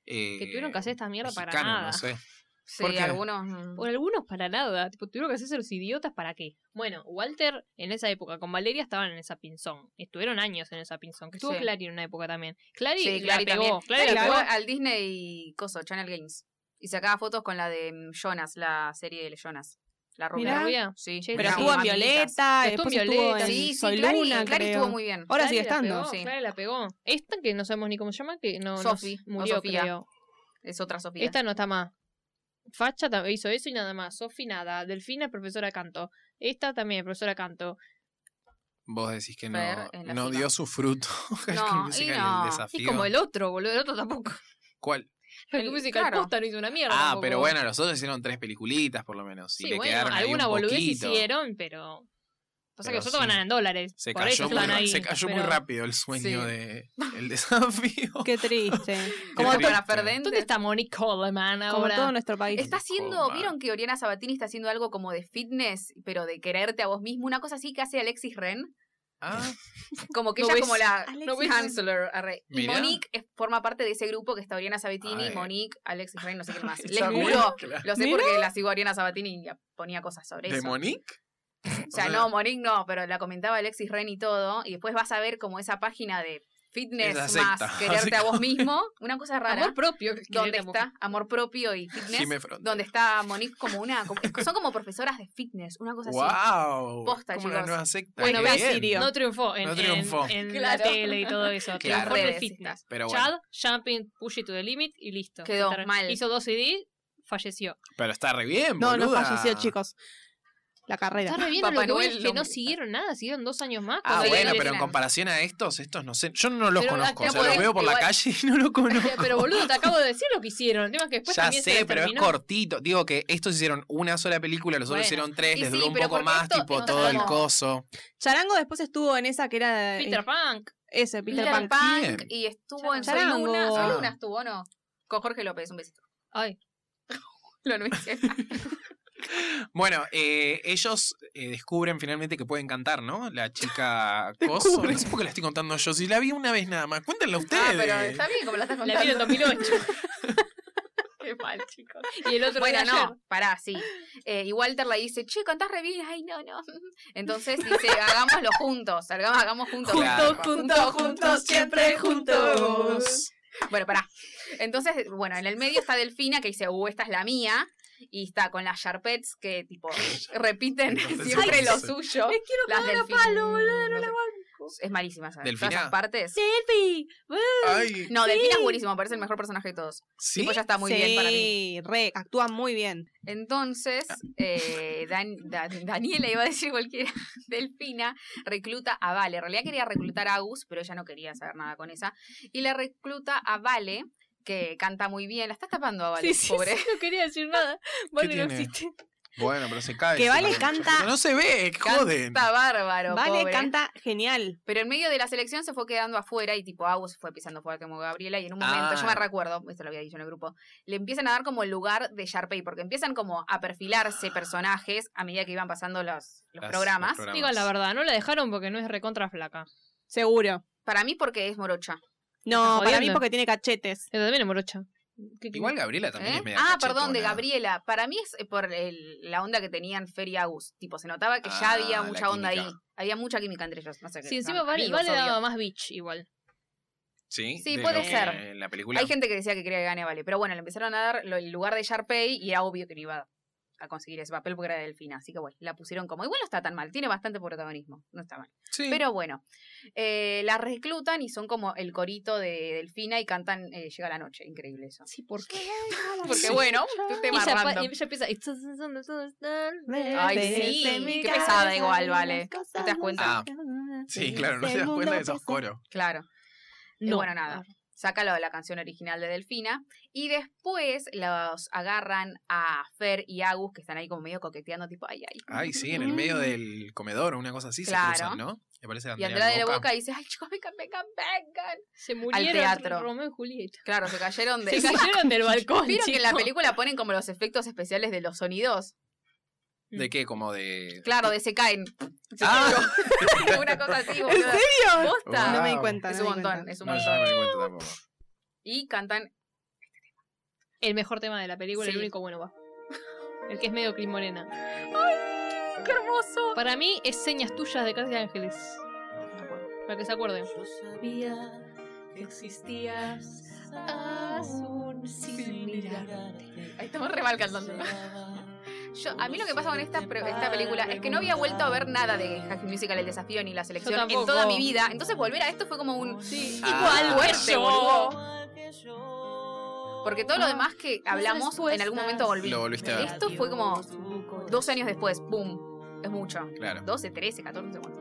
[SPEAKER 1] eh,
[SPEAKER 4] Que tuvieron que hacer esta mierda para
[SPEAKER 1] mexicano,
[SPEAKER 4] nada.
[SPEAKER 1] No sé.
[SPEAKER 3] Sí,
[SPEAKER 1] ¿Por qué?
[SPEAKER 3] algunos. mm.
[SPEAKER 4] Por algunos para nada. Tipo, tuvieron que hacerse los idiotas para qué. Bueno, Walter en esa época con Valeria estaban en esa pinzón. Estuvieron años en esa pinzón. Que estuvo
[SPEAKER 3] Sí.
[SPEAKER 4] Clary en una época también. Clary,
[SPEAKER 3] Sí,
[SPEAKER 4] la
[SPEAKER 3] Clary
[SPEAKER 4] pegó.
[SPEAKER 3] también.
[SPEAKER 4] Clary la
[SPEAKER 3] Clary
[SPEAKER 4] pegó.
[SPEAKER 3] fue al Disney Coso, Channel Games. Y sacaba fotos con la de mm, Jonas, la serie de Jonas. La rubia.
[SPEAKER 5] Mirá.
[SPEAKER 4] ¿La rubia?
[SPEAKER 3] Sí.
[SPEAKER 4] Che,
[SPEAKER 5] Pero
[SPEAKER 3] Sí,
[SPEAKER 5] estuvo en
[SPEAKER 3] amiguitas.
[SPEAKER 5] Violeta,
[SPEAKER 4] Estuvo en
[SPEAKER 5] después estuvo
[SPEAKER 4] Violeta.
[SPEAKER 5] en
[SPEAKER 3] Sí, sí,
[SPEAKER 5] Soy
[SPEAKER 3] Clary,
[SPEAKER 5] Luna,
[SPEAKER 3] Clary
[SPEAKER 5] creo.
[SPEAKER 3] estuvo muy bien.
[SPEAKER 5] Ahora sigue
[SPEAKER 4] Clara la
[SPEAKER 5] estando.
[SPEAKER 4] pegó,
[SPEAKER 3] sí.
[SPEAKER 4] Clara la pegó. Esta que no sabemos ni cómo se llama, que no, no
[SPEAKER 3] Sofi, o
[SPEAKER 4] murió,
[SPEAKER 3] Sofía.
[SPEAKER 4] creo.
[SPEAKER 3] Es otra Sofía.
[SPEAKER 4] Esta no está más. Facha ta- hizo eso y nada más. Sofi nada. Delfina, profesora de canto. Esta también, profesora de canto.
[SPEAKER 1] Vos decís que no,
[SPEAKER 3] Fer es la
[SPEAKER 1] no
[SPEAKER 3] cima.
[SPEAKER 1] dio su fruto High School
[SPEAKER 3] No, y
[SPEAKER 1] Musical,
[SPEAKER 3] no.
[SPEAKER 1] el
[SPEAKER 3] Y
[SPEAKER 1] desafío.
[SPEAKER 4] Y como el otro, boludo. El otro tampoco.
[SPEAKER 1] ¿Cuál?
[SPEAKER 4] El
[SPEAKER 3] El-
[SPEAKER 4] musical
[SPEAKER 3] claro.
[SPEAKER 4] posta no hizo una mierda.
[SPEAKER 1] Ah,
[SPEAKER 4] tampoco.
[SPEAKER 1] pero bueno, los otros hicieron tres peliculitas por lo menos. Y
[SPEAKER 4] Sí,
[SPEAKER 1] le
[SPEAKER 4] bueno,
[SPEAKER 1] quedaron ahí
[SPEAKER 4] alguna
[SPEAKER 1] un
[SPEAKER 4] boludez
[SPEAKER 1] poquito.
[SPEAKER 4] hicieron, pero. Pasa que
[SPEAKER 1] Pero
[SPEAKER 4] los otros
[SPEAKER 1] sí.
[SPEAKER 4] ganan en dólares.
[SPEAKER 1] Se
[SPEAKER 4] por
[SPEAKER 1] cayó,
[SPEAKER 4] eso
[SPEAKER 1] muy,
[SPEAKER 4] están ahí,
[SPEAKER 1] se cayó muy
[SPEAKER 4] pero-
[SPEAKER 1] rápido el sueño
[SPEAKER 3] Sí.
[SPEAKER 1] de el desafío.
[SPEAKER 5] Qué triste.
[SPEAKER 3] Como
[SPEAKER 1] Qué
[SPEAKER 3] para
[SPEAKER 1] triste.
[SPEAKER 3] Ferdente.
[SPEAKER 4] ¿Dónde está Moni Coleman
[SPEAKER 5] Como
[SPEAKER 4] ahora?
[SPEAKER 5] todo nuestro país.
[SPEAKER 3] Está haciendo,
[SPEAKER 1] Coma.
[SPEAKER 3] vieron que Oriana Sabatini está haciendo algo como de fitness, pero de quererte a vos mismo, una cosa así que hace Alexis Ren,
[SPEAKER 1] Ah,
[SPEAKER 3] como que
[SPEAKER 4] No
[SPEAKER 3] ella es
[SPEAKER 4] ves-
[SPEAKER 3] como la
[SPEAKER 4] no ves-
[SPEAKER 3] Chancellor. arre. Y
[SPEAKER 1] Mirá.
[SPEAKER 3] Monique es- forma parte de ese grupo que está Oriana Sabatini,
[SPEAKER 1] Ay.
[SPEAKER 3] Monique, Alexis Ren, no sé quién más. Les
[SPEAKER 1] esa
[SPEAKER 3] juro,
[SPEAKER 1] mezcla.
[SPEAKER 3] lo sé
[SPEAKER 5] Mirá.
[SPEAKER 3] porque la sigo a Oriana Sabatini y la- ponía cosas sobre
[SPEAKER 1] ¿De
[SPEAKER 3] eso.
[SPEAKER 1] Monique?
[SPEAKER 3] O sea, no, Monique no, pero la comentaba Alexis Ren y todo, y después vas a ver como esa página de fitness
[SPEAKER 1] Esa
[SPEAKER 3] más
[SPEAKER 1] secta,
[SPEAKER 3] quererte a vos mismo, una cosa rara.
[SPEAKER 4] Amor propio. que
[SPEAKER 3] donde
[SPEAKER 4] queremos.
[SPEAKER 3] está amor propio y fitness.
[SPEAKER 1] Jimé Frontera.
[SPEAKER 3] donde está Monique como una. como- son como profesoras de fitness, una cosa así.
[SPEAKER 1] ¡Wow!
[SPEAKER 3] Posta,
[SPEAKER 1] como una
[SPEAKER 3] chicos.
[SPEAKER 1] nueva secta.
[SPEAKER 4] Bueno,
[SPEAKER 1] qué
[SPEAKER 4] ve a
[SPEAKER 1] bien.
[SPEAKER 5] Sirio.
[SPEAKER 4] No triunfó en,
[SPEAKER 1] No triunfó.
[SPEAKER 4] en- en
[SPEAKER 3] Claro.
[SPEAKER 4] la tele y todo eso.
[SPEAKER 1] Claro.
[SPEAKER 4] Triunfó en el
[SPEAKER 3] Redes,
[SPEAKER 4] fitness.
[SPEAKER 1] Pero bueno,
[SPEAKER 4] Chad, Jumping, Push It to the Limit y listo.
[SPEAKER 3] Quedó
[SPEAKER 4] Se terminó.
[SPEAKER 3] mal.
[SPEAKER 4] Hizo dos CD, falleció.
[SPEAKER 1] pero está re bien,
[SPEAKER 5] No, no
[SPEAKER 1] boluda.
[SPEAKER 5] falleció, chicos. La carrera.
[SPEAKER 4] Está re bien
[SPEAKER 3] Papá
[SPEAKER 4] lo que voy
[SPEAKER 3] Noel
[SPEAKER 4] es
[SPEAKER 3] no
[SPEAKER 4] que no
[SPEAKER 3] me-
[SPEAKER 4] siguieron nada, siguieron dos años más.
[SPEAKER 3] Ah,
[SPEAKER 1] Ah,
[SPEAKER 4] cuando
[SPEAKER 1] bueno,
[SPEAKER 4] ya
[SPEAKER 1] pero en
[SPEAKER 4] eran-
[SPEAKER 1] comparación a estos, estos no sé. Yo no los
[SPEAKER 4] Pero,
[SPEAKER 1] conozco.
[SPEAKER 4] ah,
[SPEAKER 1] O sea,
[SPEAKER 4] no
[SPEAKER 1] los
[SPEAKER 4] podés-
[SPEAKER 1] veo por la
[SPEAKER 3] igual-
[SPEAKER 1] calle y no los conozco.
[SPEAKER 4] Pero boludo, te acabo de decir lo que hicieron. El tema es que después
[SPEAKER 1] ya
[SPEAKER 4] también se
[SPEAKER 1] sé, pero es
[SPEAKER 4] determinó.
[SPEAKER 1] cortito. Digo que estos hicieron una sola película, los otros
[SPEAKER 4] Bueno.
[SPEAKER 1] hicieron tres,
[SPEAKER 3] Y
[SPEAKER 1] les
[SPEAKER 3] sí,
[SPEAKER 1] duró un
[SPEAKER 3] pero
[SPEAKER 1] poco
[SPEAKER 3] porque
[SPEAKER 1] más,
[SPEAKER 3] esto-
[SPEAKER 1] tipo
[SPEAKER 3] esto
[SPEAKER 1] todo
[SPEAKER 3] es
[SPEAKER 1] el
[SPEAKER 3] como-
[SPEAKER 1] coso.
[SPEAKER 5] Charango después estuvo en esa que era. eh,
[SPEAKER 4] Peter Punk.
[SPEAKER 5] Ese, Peter,
[SPEAKER 3] Peter
[SPEAKER 5] Pan.
[SPEAKER 3] Pan.
[SPEAKER 1] Bien.
[SPEAKER 3] Y estuvo en Soy
[SPEAKER 5] Charango.
[SPEAKER 3] Luna. Soy
[SPEAKER 1] Ah.
[SPEAKER 3] Luna estuvo, ¿no? Con Jorge López, un besito.
[SPEAKER 4] Ay,
[SPEAKER 3] Lo anuncié. Ah,
[SPEAKER 1] Bueno, eh, ellos eh, descubren finalmente que pueden cantar, ¿no? La chica coso.
[SPEAKER 5] Descubren.
[SPEAKER 1] No sé por qué la estoy contando yo. Si la vi una vez nada más, cuéntenla ustedes.
[SPEAKER 3] Ah, pero está bien como la estás
[SPEAKER 4] la vi en el
[SPEAKER 3] contando.
[SPEAKER 4] 2008.
[SPEAKER 3] Qué mal, chicos.
[SPEAKER 4] Y el otro
[SPEAKER 3] Bueno,
[SPEAKER 4] día ayer.
[SPEAKER 3] no, pará, sí. Eh, y Walter le dice, che, cantás re bien. Ay, no, no. Entonces dice, hagámoslo juntos, hagamos, hagamos juntos.
[SPEAKER 1] Claro.
[SPEAKER 3] juntos, juntos, siempre
[SPEAKER 5] juntos.
[SPEAKER 3] Bueno, pará. Entonces, bueno, en el medio está Delfina que dice, uh, esta es la mía. Y está con las Sharpets que, tipo, repiten
[SPEAKER 1] Entonces,
[SPEAKER 3] siempre
[SPEAKER 1] ay,
[SPEAKER 3] lo
[SPEAKER 1] sí.
[SPEAKER 3] suyo.
[SPEAKER 5] Me
[SPEAKER 3] quiero las
[SPEAKER 5] cagar a
[SPEAKER 3] Delfín-
[SPEAKER 5] palo, boludo, no la
[SPEAKER 3] sé. Es malísima esa.
[SPEAKER 1] ¿Delfina?
[SPEAKER 3] todas esas partes.
[SPEAKER 5] ¡Selfie! Uh,
[SPEAKER 1] Ay,
[SPEAKER 3] No, Delfina es buenísimo, parece el mejor personaje de todos.
[SPEAKER 1] ¿sí?
[SPEAKER 3] Tipo, ya está muy bien para mí.
[SPEAKER 5] Sí, re, actúa muy bien.
[SPEAKER 3] Entonces, eh, Dan- Da- Daniela iba a decir cualquiera, Delfina, recluta a Vale. En realidad quería reclutar a Agus, pero ella no quería saber nada con esa. Y le recluta a Vale, que canta muy bien. La estás tapando a Vale,
[SPEAKER 4] Sí, sí,
[SPEAKER 3] pobre.
[SPEAKER 4] sí, no quería decir nada. Vale, no
[SPEAKER 1] tiene?
[SPEAKER 4] existe.
[SPEAKER 1] Bueno, pero se cae.
[SPEAKER 5] Que
[SPEAKER 1] sí,
[SPEAKER 5] Vale
[SPEAKER 1] la concha.
[SPEAKER 5] canta-
[SPEAKER 1] Pero No se ve, joden.
[SPEAKER 3] Canta bárbaro,
[SPEAKER 5] vale,
[SPEAKER 3] pobre.
[SPEAKER 5] canta genial.
[SPEAKER 3] Pero en medio de la selección se fue quedando afuera y tipo Agus fue pisando fuerte como Gabriela y en un momento,
[SPEAKER 1] Ah.
[SPEAKER 3] yo me recuerdo, esto lo había dicho en el grupo, le empiezan a dar como el lugar de Sharpay, porque empiezan como a perfilarse personajes a medida que iban pasando los, los
[SPEAKER 1] Ah. Las-
[SPEAKER 3] programas.
[SPEAKER 1] los
[SPEAKER 4] Digo la verdad, no la dejaron porque no es recontra flaca.
[SPEAKER 5] Seguro.
[SPEAKER 3] Para mí porque es morocha.
[SPEAKER 5] No, para
[SPEAKER 4] Está
[SPEAKER 5] mí
[SPEAKER 4] jodiendo.
[SPEAKER 5] porque tiene cachetes.
[SPEAKER 4] Ella también es morocha. ¿Qué- qué-
[SPEAKER 1] Igual Gabriela también
[SPEAKER 3] ¿eh?
[SPEAKER 1] es media
[SPEAKER 3] Ah,
[SPEAKER 1] cachetona.
[SPEAKER 3] perdón, de Gabriela. Para mí es eh, por el- la onda que tenían Fer y Agus. Tipo, se notaba que ya
[SPEAKER 1] Ah,
[SPEAKER 3] había
[SPEAKER 1] la
[SPEAKER 3] mucha onda
[SPEAKER 1] química.
[SPEAKER 3] ahí. Había mucha química entre ellos. No sé qué.
[SPEAKER 4] Sí, encima
[SPEAKER 3] son
[SPEAKER 4] Vale,
[SPEAKER 3] amigos,
[SPEAKER 4] vale
[SPEAKER 3] obvio.
[SPEAKER 4] daba más bitch igual.
[SPEAKER 1] Sí,
[SPEAKER 3] Sí,
[SPEAKER 1] de
[SPEAKER 3] puede
[SPEAKER 1] lo que
[SPEAKER 3] ser.
[SPEAKER 1] En la película.
[SPEAKER 3] Hay gente que decía que quería que gane a Vale, pero bueno, le empezaron a dar lo- el lugar de Sharpay y era obvio que no iba a conseguir ese papel porque era Delfina. Así que bueno, la pusieron como. Igual no está tan mal, tiene bastante protagonismo, no está mal.
[SPEAKER 1] Sí.
[SPEAKER 3] Pero bueno, eh, la reclutan y son como el corito de Delfina y cantan eh, Llega la noche, increíble eso.
[SPEAKER 4] Sí, ¿por qué?
[SPEAKER 3] Porque bueno, un
[SPEAKER 4] Y
[SPEAKER 3] tema
[SPEAKER 4] ella, pa-
[SPEAKER 3] random.
[SPEAKER 4] y ella empieza. "It's just a summer, summer, summer".
[SPEAKER 3] Ay, sí, qué pesada igual, vale. ¿No te das cuenta?
[SPEAKER 1] Ah, sí, claro, no se das cuenta de esos coros.
[SPEAKER 3] Claro. Y
[SPEAKER 4] No.
[SPEAKER 3] bueno, nada. Sácalo de la canción original de Delfina. Y después los agarran a Fer y Agus, que están ahí como medio coqueteando, tipo, ay, ay.
[SPEAKER 1] Ay, sí, en el medio del comedor o una cosa así
[SPEAKER 3] Mm. Claro.
[SPEAKER 1] se cruzan, ¿no? Me parece
[SPEAKER 3] Y
[SPEAKER 1] Andrea,
[SPEAKER 3] Andrade de
[SPEAKER 1] Boca.
[SPEAKER 3] la Boca dice, ay, chicos, vengan, vengan, vengan.
[SPEAKER 4] Se murieron
[SPEAKER 3] teatro.
[SPEAKER 4] Romeo y Julieta.
[SPEAKER 3] Claro, se cayeron de...
[SPEAKER 4] Se cayeron del balcón.
[SPEAKER 3] Vieron que en la
[SPEAKER 4] chicos.
[SPEAKER 3] película ponen como los efectos especiales de los sonidos.
[SPEAKER 1] ¿De qué? Como de.
[SPEAKER 3] Claro, de se caen. Se
[SPEAKER 1] Ah.
[SPEAKER 3] cayó. Una cosa así,
[SPEAKER 5] ¿En
[SPEAKER 3] boludo.
[SPEAKER 5] serio?
[SPEAKER 3] Posta.
[SPEAKER 5] No me di
[SPEAKER 1] Wow.
[SPEAKER 5] cuenta.
[SPEAKER 3] Es
[SPEAKER 5] no
[SPEAKER 3] un
[SPEAKER 5] me di
[SPEAKER 3] montón,
[SPEAKER 5] cuenta.
[SPEAKER 3] es un
[SPEAKER 1] No, yo
[SPEAKER 3] montón.
[SPEAKER 1] no me di cuenta tampoco.
[SPEAKER 3] Y cantan,
[SPEAKER 4] El mejor tema de la película,
[SPEAKER 3] Sí.
[SPEAKER 4] el único bueno va. El que es medio Cris Morena.
[SPEAKER 3] ¡qué hermoso!
[SPEAKER 4] Para mí es señas tuyas de Casi Ángeles. Para que se acuerden.
[SPEAKER 2] Yo sabía que existías aún sin mirarte.
[SPEAKER 3] Ahí estamos re mal cantando.
[SPEAKER 2] Yo
[SPEAKER 3] Yo, a mí lo que pasa con esta, pre- esta película es que no había vuelto a ver nada de High School Musical, el desafío ni la
[SPEAKER 4] Yo
[SPEAKER 3] selección en
[SPEAKER 4] tampoco.
[SPEAKER 3] toda mi vida. Entonces volver a esto fue como
[SPEAKER 2] Oh,
[SPEAKER 3] un
[SPEAKER 4] Sí.
[SPEAKER 1] Ah.
[SPEAKER 3] igual fuerte,
[SPEAKER 4] yo.
[SPEAKER 3] boludo. Porque todo lo demás que hablamos en algún momento volví.
[SPEAKER 1] Lo volviste a ver.
[SPEAKER 3] Esto fue como dos años después, boom, es mucho.
[SPEAKER 1] Claro.
[SPEAKER 3] 12, 13, 14, no sé cuánto.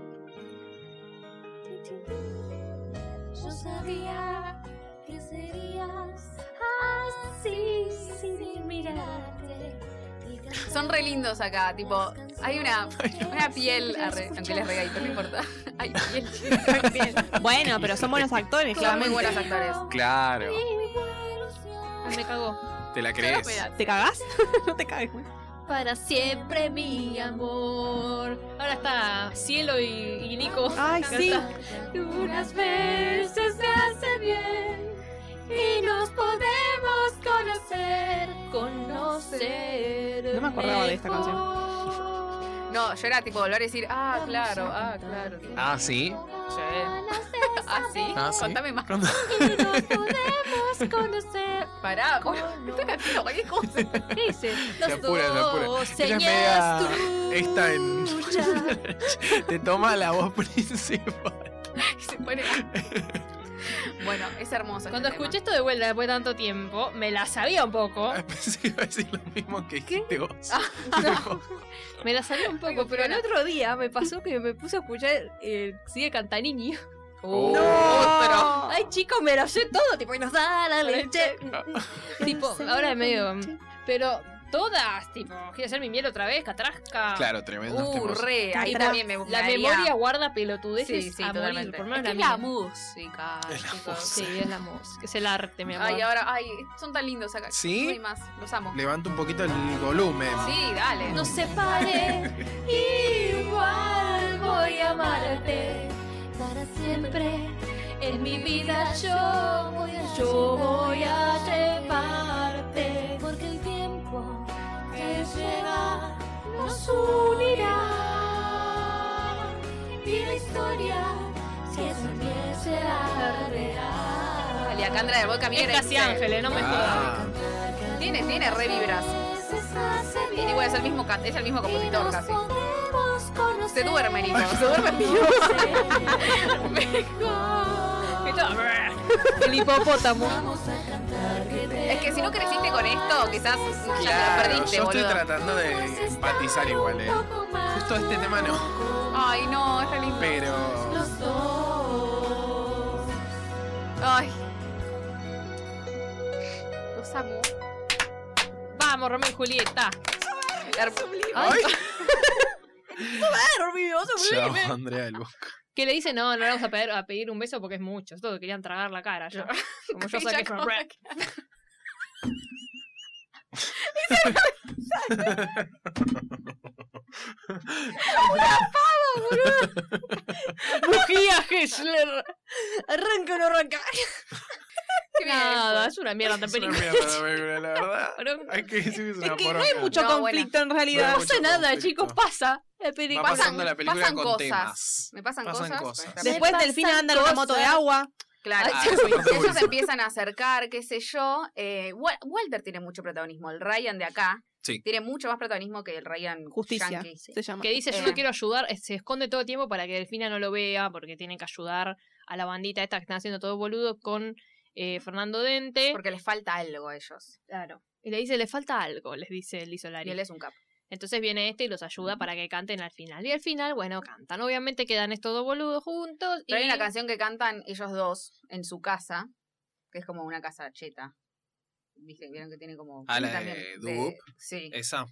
[SPEAKER 6] Yo sabía que serías así sin mirarte.
[SPEAKER 3] Son re lindos acá, tipo, hay una, una piel, arre, aunque les regaito, no importa. Hay piel.
[SPEAKER 5] Bueno, pero son buenos actores,
[SPEAKER 3] Son muy
[SPEAKER 5] claramente.
[SPEAKER 3] buenos actores.
[SPEAKER 1] Claro.
[SPEAKER 4] Ay, Me cagó.
[SPEAKER 1] ¿Te la crees?
[SPEAKER 5] ¿Te cagás? no te cagues, güey.
[SPEAKER 4] Para siempre mi amor. Ahora está Cielo y, y Nico.
[SPEAKER 3] Ah.
[SPEAKER 5] Ay,
[SPEAKER 4] Acá
[SPEAKER 5] sí.
[SPEAKER 4] está.
[SPEAKER 6] Unas veces se hace bien y nos podemos conocer.
[SPEAKER 4] Conocer.
[SPEAKER 5] No me acordaba de esta canción.
[SPEAKER 3] No, yo era tipo volver a decir, ah, claro, ah, claro. tipo,
[SPEAKER 1] Ah, sí.
[SPEAKER 3] Ah, sí.
[SPEAKER 1] Ah, sí.
[SPEAKER 3] Contame más.
[SPEAKER 6] Y nos podemos conocer.
[SPEAKER 3] Pará, boludo, estoy cantando cualquier cosa.
[SPEAKER 4] ¿Qué dice?
[SPEAKER 1] Se apura, se apura. Ella es
[SPEAKER 4] señas
[SPEAKER 1] media- Esta en. Te toma la voz principal.
[SPEAKER 3] Y se pone. Bueno, es hermoso. este
[SPEAKER 4] Cuando
[SPEAKER 3] tema.
[SPEAKER 4] escuché esto de vuelta después de tanto tiempo, me la sabía un poco.
[SPEAKER 1] Pensé que iba a decir lo mismo que dijiste vos.
[SPEAKER 4] Me la sabía un poco, pero el otro día me pasó que me puse a escuchar eh, Sigue Cantanini. uh,
[SPEAKER 1] Oh.
[SPEAKER 3] Otro.
[SPEAKER 4] Ay, chicos, me lo sé todo. Tipo, y nos da la leche. tipo, ahora medio. Pero todas, tipo, quiero hacer mi miel otra vez, catrasca.
[SPEAKER 1] Claro, tremendo.
[SPEAKER 3] Uh, re. Ahí
[SPEAKER 5] Atrás.
[SPEAKER 3] también me
[SPEAKER 4] La
[SPEAKER 3] gustaría.
[SPEAKER 4] memoria guarda pelotudeces
[SPEAKER 3] Sí, sí,
[SPEAKER 4] a morir,
[SPEAKER 3] totalmente.
[SPEAKER 4] por más
[SPEAKER 3] Es que es
[SPEAKER 4] mía.
[SPEAKER 3] la música, chicos.
[SPEAKER 4] Sí, es la música. Es el arte, mi amor.
[SPEAKER 3] Ay, ahora, ay, son tan lindos acá.
[SPEAKER 1] ¿Sí?
[SPEAKER 3] No hay más, los amo.
[SPEAKER 1] Levanta un poquito el volumen.
[SPEAKER 3] Sí, dale.
[SPEAKER 6] Nos separe, igual voy a amarte para siempre. En mi vida yo voy a, yo voy a llevarte, porque el tiempo que llega nos unirá y la historia que también será real.
[SPEAKER 3] Dale, Alejandra de Boca
[SPEAKER 4] es
[SPEAKER 3] Miera.
[SPEAKER 4] casi
[SPEAKER 3] dice,
[SPEAKER 4] ángeles, no me jodas.
[SPEAKER 1] Ah,
[SPEAKER 3] Tiene, tiene re vibras. Y bueno, es el mismo, can- es el mismo compositor casi. Se duerme, Nico. Se duerme
[SPEAKER 5] El hipopótamo.
[SPEAKER 3] Es que si no creciste con esto, quizás ya
[SPEAKER 1] claro,
[SPEAKER 3] te lo perdiste,
[SPEAKER 1] yo
[SPEAKER 3] boludo.
[SPEAKER 1] estoy tratando de empatizar igual, eh. Justo este tema no,
[SPEAKER 3] Ay, no, es re lindo.
[SPEAKER 1] pero.
[SPEAKER 3] Ay. Los amo.
[SPEAKER 4] Vamos, Romeo y Julieta.
[SPEAKER 3] Her-
[SPEAKER 1] ¡Ay!
[SPEAKER 5] Maravilloso,
[SPEAKER 1] Chao, Andrea del Bosque.
[SPEAKER 4] Que le dice, no, no le vamos a pedir, a pedir un beso porque es mucho. Esto querían tragar la cara ya. Como yo
[SPEAKER 3] Ya
[SPEAKER 4] saqué
[SPEAKER 3] como
[SPEAKER 4] from Rec. ¡Bujía, Hessler! ¡Arranca o no arranca!
[SPEAKER 3] Qué bien. pues.
[SPEAKER 4] Nada, es una mierda de
[SPEAKER 1] Es una
[SPEAKER 4] película.
[SPEAKER 1] mierda la película, la verdad.
[SPEAKER 4] No
[SPEAKER 1] Hay que decir que es una
[SPEAKER 5] Es que no hay
[SPEAKER 1] poronga.
[SPEAKER 5] mucho
[SPEAKER 3] No,
[SPEAKER 5] conflicto en realidad.
[SPEAKER 1] Bueno.
[SPEAKER 4] pasa nada,
[SPEAKER 1] conflicto.
[SPEAKER 4] chicos, pasa. La película.
[SPEAKER 1] Va
[SPEAKER 3] pasan-
[SPEAKER 1] pasando la película
[SPEAKER 3] pasan
[SPEAKER 1] con
[SPEAKER 3] cosas.
[SPEAKER 1] temas.
[SPEAKER 3] Me pasan,
[SPEAKER 1] Pasan
[SPEAKER 3] cosas.
[SPEAKER 1] cosas.
[SPEAKER 3] pues,
[SPEAKER 5] Después Delfina anda en una moto de agua.
[SPEAKER 3] Claro,
[SPEAKER 1] Ah,
[SPEAKER 3] ellos-
[SPEAKER 1] sí, por
[SPEAKER 3] ellos
[SPEAKER 1] supuesto.
[SPEAKER 3] se empiezan a acercar, qué sé yo. Eh, Wa- Walter tiene mucho protagonismo, el Ryan de acá.
[SPEAKER 1] Sí.
[SPEAKER 3] Tiene mucho más protagonismo que el Ryan
[SPEAKER 5] Justicia
[SPEAKER 3] yankee.
[SPEAKER 5] se llama.
[SPEAKER 4] Que dice, yo
[SPEAKER 3] Eh.
[SPEAKER 4] no quiero ayudar, eh, se esconde todo el tiempo para que Delfina no lo vea, porque tienen que ayudar a la bandita esta que están haciendo todo boludo con eh, Fernando Dente.
[SPEAKER 3] Porque les falta algo a ellos.
[SPEAKER 4] claro. Y le dice, le falta algo, les dice
[SPEAKER 3] Y
[SPEAKER 4] Lizolari.
[SPEAKER 3] él es un capo.
[SPEAKER 4] Entonces viene este y los ayuda para que canten al final. Y al final, bueno, cantan. Obviamente quedan estos dos boludos juntos.
[SPEAKER 3] Pero
[SPEAKER 4] y...
[SPEAKER 3] hay una canción que cantan ellos dos en su casa, que es como una casa cheta. ¿Viste? Vieron que tiene como.
[SPEAKER 1] Ah,
[SPEAKER 3] tiene
[SPEAKER 1] la de Dubup.
[SPEAKER 3] sí.
[SPEAKER 1] Esa,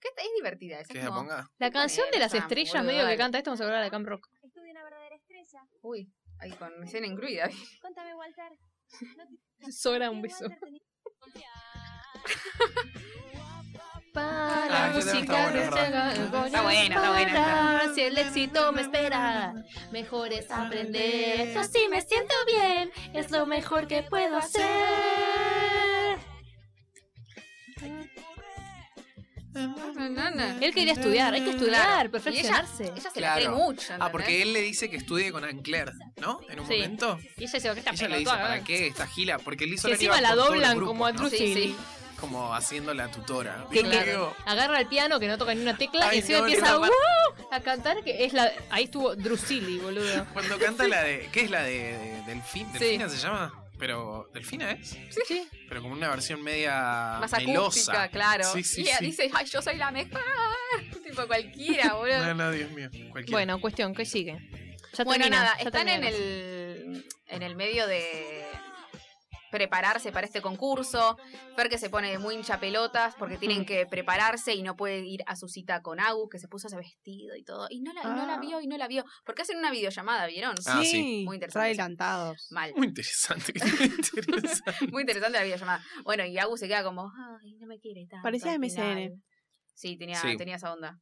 [SPEAKER 3] Que esta es divertida. Esa
[SPEAKER 1] que
[SPEAKER 3] es
[SPEAKER 1] la
[SPEAKER 3] como-
[SPEAKER 1] ponga.
[SPEAKER 4] La canción de las
[SPEAKER 3] Esa,
[SPEAKER 4] estrellas,
[SPEAKER 3] boludo,
[SPEAKER 4] medio
[SPEAKER 3] dale.
[SPEAKER 4] que canta esto, vamos a hablar de Camp Rock.
[SPEAKER 6] Estudio una verdadera estrella.
[SPEAKER 3] Uy, ahí con escena incluida.
[SPEAKER 6] Contame, Walter. No te-
[SPEAKER 4] Sora, un beso.
[SPEAKER 6] Walter, tenés que
[SPEAKER 1] Ah,
[SPEAKER 4] Para
[SPEAKER 1] ese tema está bueno, es verdad.
[SPEAKER 3] Está buena, está buena, está
[SPEAKER 4] Si el éxito me espera, mejor es
[SPEAKER 6] aprender.
[SPEAKER 4] aprender.
[SPEAKER 6] Así me siento bien. Es lo mejor que puedo hacer.
[SPEAKER 3] No, no, no.
[SPEAKER 4] Él quería estudiar, hay que estudiar,
[SPEAKER 3] Claro.
[SPEAKER 4] perfeccionarse.
[SPEAKER 3] Y ella, ella se la
[SPEAKER 1] Claro.
[SPEAKER 3] cree mucho.
[SPEAKER 1] Ah,
[SPEAKER 3] ¿entendés?
[SPEAKER 1] porque él le dice que estudie con Ancler, ¿no? En un
[SPEAKER 4] Sí.
[SPEAKER 1] momento.
[SPEAKER 4] Y ella se va que está
[SPEAKER 1] Ella le dice,
[SPEAKER 4] pelotuda,
[SPEAKER 1] ¿para
[SPEAKER 4] ¿eh?
[SPEAKER 1] qué esta gila? Porque él hizo
[SPEAKER 4] Que encima la doblan como a
[SPEAKER 1] Andrew
[SPEAKER 4] Drusilli.
[SPEAKER 3] Sí, sí.
[SPEAKER 1] como haciendo la tutora.
[SPEAKER 4] Que-
[SPEAKER 1] ¿Viste?
[SPEAKER 4] que-
[SPEAKER 1] Digo,
[SPEAKER 4] agarra el piano que no toca ni una tecla
[SPEAKER 1] Ay,
[SPEAKER 4] y encima
[SPEAKER 1] no,
[SPEAKER 4] empieza
[SPEAKER 1] esa
[SPEAKER 4] a,
[SPEAKER 1] parte-
[SPEAKER 4] "Woo", a cantar que es la ahí estuvo Drusili boludo
[SPEAKER 1] Cuando canta la de. ¿Qué es la de, de- Delfín?
[SPEAKER 4] Sí.
[SPEAKER 1] ¿Delfina se llama? Pero. ¿Delfina es?
[SPEAKER 4] sí
[SPEAKER 1] Pero como una versión media.
[SPEAKER 3] Más
[SPEAKER 1] melosa.
[SPEAKER 3] acústica, claro.
[SPEAKER 1] Sí, sí,
[SPEAKER 3] y ella
[SPEAKER 1] sí.
[SPEAKER 3] dice, ay, yo soy la mejor. Tipo cualquiera, boludo.
[SPEAKER 1] No, no, Dios mío. Cualquiera.
[SPEAKER 4] bueno cuestión qué sigue Ya
[SPEAKER 3] Bueno,
[SPEAKER 4] termina,
[SPEAKER 3] nada,
[SPEAKER 4] ya
[SPEAKER 3] están en
[SPEAKER 4] terminamos.
[SPEAKER 3] el, en el medio de prepararse para este concurso. Fer que se pone muy hincha pelotas porque
[SPEAKER 1] Mm.
[SPEAKER 3] tienen que prepararse y no puede ir a su cita con Agus, que se puso ese vestido y todo. Y no la, y no la
[SPEAKER 5] Ah.
[SPEAKER 3] vio y no la vio. Porque hacen una videollamada, ¿vieron?
[SPEAKER 1] Ah, sí.
[SPEAKER 3] Muy interesante.
[SPEAKER 5] Re encantados.
[SPEAKER 3] Mal.
[SPEAKER 1] Muy interesante. muy interesante.
[SPEAKER 3] Muy interesante la videollamada. Bueno, y Agus se queda como, ay, no me quiere tanto.
[SPEAKER 5] Parecía
[SPEAKER 3] al
[SPEAKER 5] MSN.
[SPEAKER 3] final". Sí, tenía,
[SPEAKER 1] Sí.
[SPEAKER 3] tenía esa onda.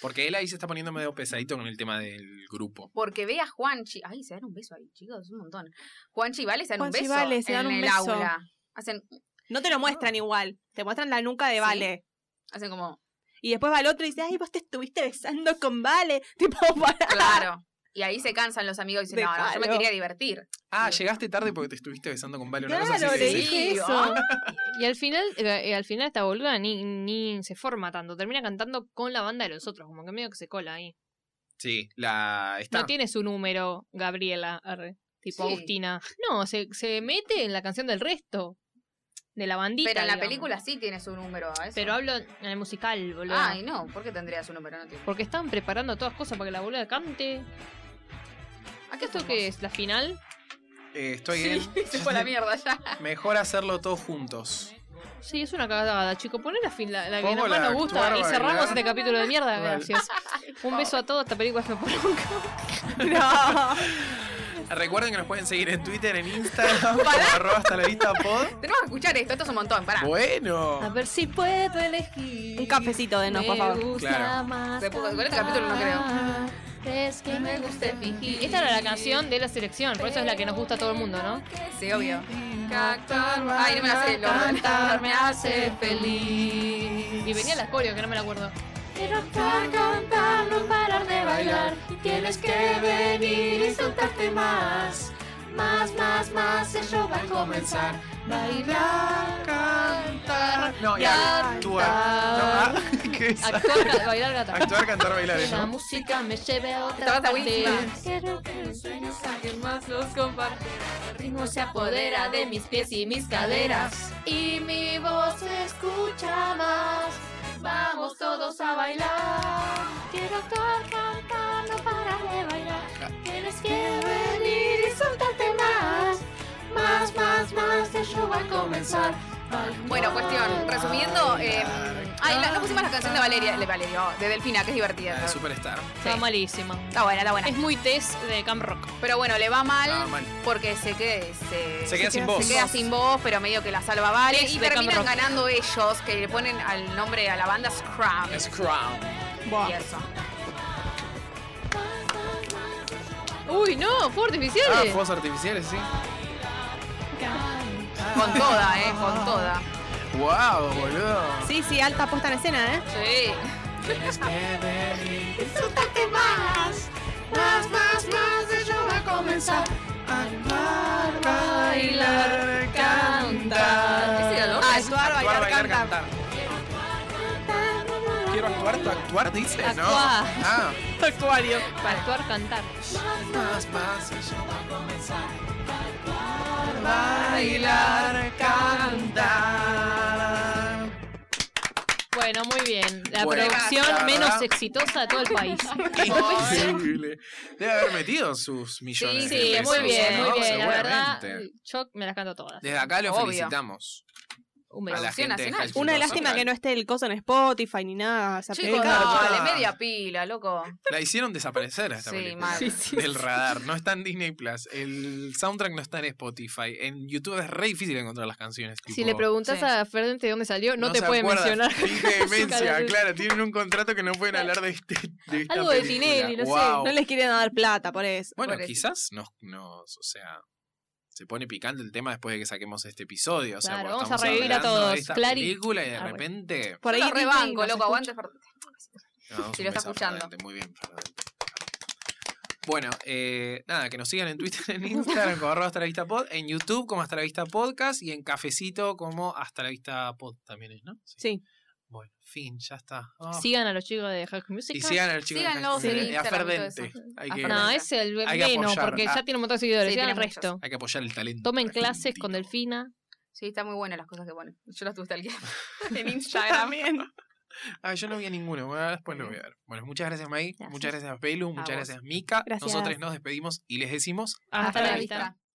[SPEAKER 1] Porque él ahí se está poniendo medio pesadito con el tema del grupo.
[SPEAKER 3] Porque ve a Juanchi. Ay, se dan un beso ahí, chicos, es un montón. Juanchi y Vale se dan
[SPEAKER 5] Juanchi y
[SPEAKER 3] un beso
[SPEAKER 5] Vale se
[SPEAKER 3] en
[SPEAKER 5] dan un
[SPEAKER 3] el
[SPEAKER 5] beso.
[SPEAKER 3] aula. Hacen,
[SPEAKER 5] No te lo muestran igual. Te muestran la nuca de
[SPEAKER 3] Sí.
[SPEAKER 5] Vale.
[SPEAKER 3] hacen como,
[SPEAKER 5] Y después va el otro y dice, ay, vos te estuviste besando con Vale. Tipo, para.
[SPEAKER 3] claro. Y ahí se cansan los amigos y dicen, no, no, yo me
[SPEAKER 5] Déjalo.
[SPEAKER 3] quería divertir.
[SPEAKER 1] Ah, llegaste tarde porque te estuviste besando con Vale una cosa
[SPEAKER 5] Claro,
[SPEAKER 1] así.
[SPEAKER 5] le
[SPEAKER 1] sí, sí.
[SPEAKER 5] dije
[SPEAKER 3] Sí,
[SPEAKER 5] eso.
[SPEAKER 4] y al final eh, al final esta boluda ni, ni se forma tanto termina cantando con la banda de los otros como que medio que se cola ahí
[SPEAKER 1] Sí, la está.
[SPEAKER 4] no tiene su número Gabriela arre, tipo
[SPEAKER 3] Sí.
[SPEAKER 4] Agustina no se, se mete en la canción del resto de la bandita
[SPEAKER 3] Pero en la
[SPEAKER 4] digamos.
[SPEAKER 3] película sí tiene su número. ¿a eso?
[SPEAKER 4] pero hablo en el musical boludo
[SPEAKER 3] Ay, no, ¿por qué tendría su número? No tiene.
[SPEAKER 4] Porque están preparando todas cosas para que la boluda cante.
[SPEAKER 3] ¿A
[SPEAKER 4] Ah, ¿Qué esto que es? ¿La final?
[SPEAKER 1] Eh, estoy
[SPEAKER 3] Sí,
[SPEAKER 1] bien.
[SPEAKER 3] se fue a la mierda ya.
[SPEAKER 1] Mejor hacerlo todos juntos.
[SPEAKER 4] Sí, es una cagada, chico. Poné la, fin, la, la que
[SPEAKER 1] Pongo
[SPEAKER 4] más
[SPEAKER 1] la
[SPEAKER 4] nos gusta
[SPEAKER 1] actuar,
[SPEAKER 4] y cerramos
[SPEAKER 1] bailar.
[SPEAKER 4] este capítulo de mierda.
[SPEAKER 1] Vale.
[SPEAKER 4] Gracias. Un beso a todos. Esta película es una poronga.
[SPEAKER 5] No.
[SPEAKER 1] Recuerden que nos pueden seguir en Twitter, en Instagram, como arroba hasta la vista pod.
[SPEAKER 3] Tenemos que escuchar esto, esto es un montón, pará.
[SPEAKER 1] Bueno.
[SPEAKER 2] ver si puedo elegir.
[SPEAKER 5] Un cafecito de no, por
[SPEAKER 2] Me
[SPEAKER 5] favor.
[SPEAKER 2] gusta
[SPEAKER 1] Claro.
[SPEAKER 2] más
[SPEAKER 3] Se puso- igual este capítulo no creo.
[SPEAKER 2] cantar. Es que me gusta fingir.
[SPEAKER 4] Esta era la canción de la selección, por eso es la que nos gusta a todo el mundo, ¿no?
[SPEAKER 3] Sí, obvio.
[SPEAKER 2] Cantar,
[SPEAKER 3] Ay, no me la sé, lo-
[SPEAKER 2] cantar me hace feliz.
[SPEAKER 4] Y venía la coreo, que no me la acuerdo.
[SPEAKER 2] Quiero cantar, cantar, no parar de bailar. Y tienes que venir y soltarte más. Más, más, más, eso va a comenzar. Bailar, cantar.
[SPEAKER 1] No, y actuar. No, ah, ¿Qué es?
[SPEAKER 4] Actuar, ga- bailar gata.
[SPEAKER 1] Actuar, cantar, bailar.
[SPEAKER 2] La
[SPEAKER 1] ¿no?
[SPEAKER 2] música me lleve a
[SPEAKER 3] Esta
[SPEAKER 2] otra
[SPEAKER 3] banda
[SPEAKER 2] parte.
[SPEAKER 3] buenísima.
[SPEAKER 2] Quiero que mis sueños alguien más los comparte. El ritmo se apodera de mis pies y mis caderas. Y mi voz se escucha más. Vamos todos a bailar. Quiero actuar, cantar, no parar de bailar.
[SPEAKER 3] Ah.
[SPEAKER 2] Tienes que venir y soltarte más. Más, más, más, el show va a comenzar.
[SPEAKER 3] Bueno, cuestión, resumiendo, eh,
[SPEAKER 1] Ah,
[SPEAKER 3] ay, no, no pusimos la canción de Valeria, de Valeria, oh, de Delfina, que es divertida.
[SPEAKER 1] La de
[SPEAKER 3] ¿no?
[SPEAKER 1] Superstar.
[SPEAKER 4] Está malísima.
[SPEAKER 3] Está buena, está buena.
[SPEAKER 4] Es muy test de Camp Rock.
[SPEAKER 3] Pero bueno, le va mal
[SPEAKER 1] Ah, mal.
[SPEAKER 3] porque se quede, se,
[SPEAKER 1] Se queda sin voz.
[SPEAKER 3] se queda sin voz, pero medio que la salva Vale.
[SPEAKER 4] Sí,
[SPEAKER 3] Y
[SPEAKER 4] de
[SPEAKER 3] terminan
[SPEAKER 4] Cameron.
[SPEAKER 3] ganando ellos, que le ponen al nombre a la banda Scrum.
[SPEAKER 1] Es Crown.
[SPEAKER 5] Buah.
[SPEAKER 3] Y eso.
[SPEAKER 4] Uy, no, fuegos
[SPEAKER 1] Ah,
[SPEAKER 4] artificiales.
[SPEAKER 1] fuegos artificiales, sí.
[SPEAKER 3] Con toda, eh, con toda.
[SPEAKER 1] Wow, boludo.
[SPEAKER 5] Sí, sí, alta puesta en escena, ¿eh?
[SPEAKER 3] Sí.
[SPEAKER 1] Tienes que venir.
[SPEAKER 2] Insultarte más, más, más, más, el show va a comenzar. Amar, bailar, cantar.
[SPEAKER 3] ¿Ese era el otro?
[SPEAKER 5] Ah, actuar,
[SPEAKER 1] Actuar,
[SPEAKER 5] bailar,
[SPEAKER 1] bailar,
[SPEAKER 5] cantar.
[SPEAKER 1] cantar. Quiero actuar, actuar, dice, ¿no?
[SPEAKER 4] Actuar.
[SPEAKER 1] Ah,
[SPEAKER 5] Actuario.
[SPEAKER 4] Para actuar, cantar.
[SPEAKER 1] más, más, eso va a comenzar.
[SPEAKER 2] Bailar,
[SPEAKER 1] cantar.
[SPEAKER 4] Bueno, muy bien. La
[SPEAKER 1] Bueno,
[SPEAKER 4] producción
[SPEAKER 1] la
[SPEAKER 4] menos
[SPEAKER 1] verdad.
[SPEAKER 4] exitosa de todo el país.
[SPEAKER 1] Increíble. Debe haber metido sus millones.
[SPEAKER 3] Sí,
[SPEAKER 1] de
[SPEAKER 4] Sí,
[SPEAKER 1] pesos,
[SPEAKER 4] muy bien,
[SPEAKER 1] ¿no?
[SPEAKER 4] muy bien. La verdad,
[SPEAKER 1] Seguramente.
[SPEAKER 4] yo me las canto todas.
[SPEAKER 1] Desde acá lo
[SPEAKER 3] Obvio.
[SPEAKER 1] felicitamos.
[SPEAKER 4] Un
[SPEAKER 1] A
[SPEAKER 4] beso.
[SPEAKER 1] la
[SPEAKER 3] Producción
[SPEAKER 1] gente de
[SPEAKER 3] nacional.
[SPEAKER 1] High School
[SPEAKER 5] Una
[SPEAKER 1] Musical.
[SPEAKER 5] lástima que no esté el coso en Spotify ni nada. esa
[SPEAKER 3] Chicos,
[SPEAKER 5] película.
[SPEAKER 1] no.
[SPEAKER 3] dale,
[SPEAKER 1] Ah.
[SPEAKER 3] media pila, loco.
[SPEAKER 1] La hicieron desaparecer a esta
[SPEAKER 3] Sí,
[SPEAKER 1] película.
[SPEAKER 3] mal. Sí,
[SPEAKER 1] Del radar. No está en Disney Plus. El soundtrack no está en Spotify. En YouTube es re difícil encontrar las canciones.
[SPEAKER 4] Si
[SPEAKER 1] tipo,
[SPEAKER 4] le preguntas
[SPEAKER 3] Sí.
[SPEAKER 4] a Fernández de dónde salió, no, te
[SPEAKER 1] se
[SPEAKER 4] puede
[SPEAKER 1] acuerda.
[SPEAKER 4] mencionar.
[SPEAKER 1] Tiene demencia,
[SPEAKER 4] canción.
[SPEAKER 1] claro. Tienen un contrato que no pueden hablar de este. de esta
[SPEAKER 4] Algo de
[SPEAKER 1] película.
[SPEAKER 4] Tinelli, no sé.
[SPEAKER 1] Guau.
[SPEAKER 5] No les quieren dar plata por eso.
[SPEAKER 1] Bueno,
[SPEAKER 3] Pobrecito.
[SPEAKER 1] quizás nos, nos- o sea, se pone picante el tema después de que saquemos este episodio. O sea,
[SPEAKER 4] Claro,
[SPEAKER 1] porque
[SPEAKER 4] vamos a
[SPEAKER 1] estamos
[SPEAKER 4] revivir a
[SPEAKER 1] hablando de
[SPEAKER 4] todos.
[SPEAKER 1] esta
[SPEAKER 4] Clari-
[SPEAKER 1] película y de
[SPEAKER 4] Ah, bueno.
[SPEAKER 1] repente.
[SPEAKER 5] Por ahí
[SPEAKER 3] Yo lo
[SPEAKER 5] Disney
[SPEAKER 3] rebanco,
[SPEAKER 5] nos
[SPEAKER 3] loco,
[SPEAKER 5] escucha.
[SPEAKER 3] aguante.
[SPEAKER 1] No,
[SPEAKER 3] Si lo está escuchando.
[SPEAKER 1] Muy bien, Fernández. Bueno, eh, nada, que nos sigan en Twitter, en Instagram como arroba hasta la vista pod, en YouTube como hasta la vista podcast y en Cafecito como hasta la vista pod también es, ¿no?
[SPEAKER 5] Sí.
[SPEAKER 1] Bueno, fin, ya está. Ah.
[SPEAKER 4] Sigan a los chicos de Hack Music.
[SPEAKER 1] y sigan al chico de
[SPEAKER 3] Síganlos
[SPEAKER 1] Hack-
[SPEAKER 3] en
[SPEAKER 1] eh, a
[SPEAKER 3] Instagram y todo
[SPEAKER 1] Ferdente.
[SPEAKER 3] eso.
[SPEAKER 1] Hay que,
[SPEAKER 3] A
[SPEAKER 4] Ah, No,
[SPEAKER 3] Fernanda.
[SPEAKER 4] es el
[SPEAKER 1] Hay que
[SPEAKER 4] menos,
[SPEAKER 1] apoyar.
[SPEAKER 4] porque
[SPEAKER 1] Ah.
[SPEAKER 4] ya tiene un montón de seguidores.
[SPEAKER 3] Sí,
[SPEAKER 4] Sigan el
[SPEAKER 3] tiene
[SPEAKER 4] resto.
[SPEAKER 1] hay que apoyar el talento.
[SPEAKER 4] Tomen clases
[SPEAKER 1] argentino.
[SPEAKER 4] con Delfina.
[SPEAKER 3] Sí, está muy buenas las cosas que ponen. Yo las tuve talquear en
[SPEAKER 5] Yo
[SPEAKER 3] Instagram.
[SPEAKER 5] también.
[SPEAKER 1] Ah, yo no vi a ninguno. Bueno, después lo voy a ver. Bueno, muchas gracias, May.
[SPEAKER 5] Gracias.
[SPEAKER 1] Muchas gracias, Belu. Muchas
[SPEAKER 3] vos.
[SPEAKER 1] gracias, Mika.
[SPEAKER 5] Gracias.
[SPEAKER 1] Nosotros nos despedimos y les decimos
[SPEAKER 4] Hasta,
[SPEAKER 3] Hasta
[SPEAKER 4] la
[SPEAKER 3] la
[SPEAKER 4] vista.
[SPEAKER 3] vista.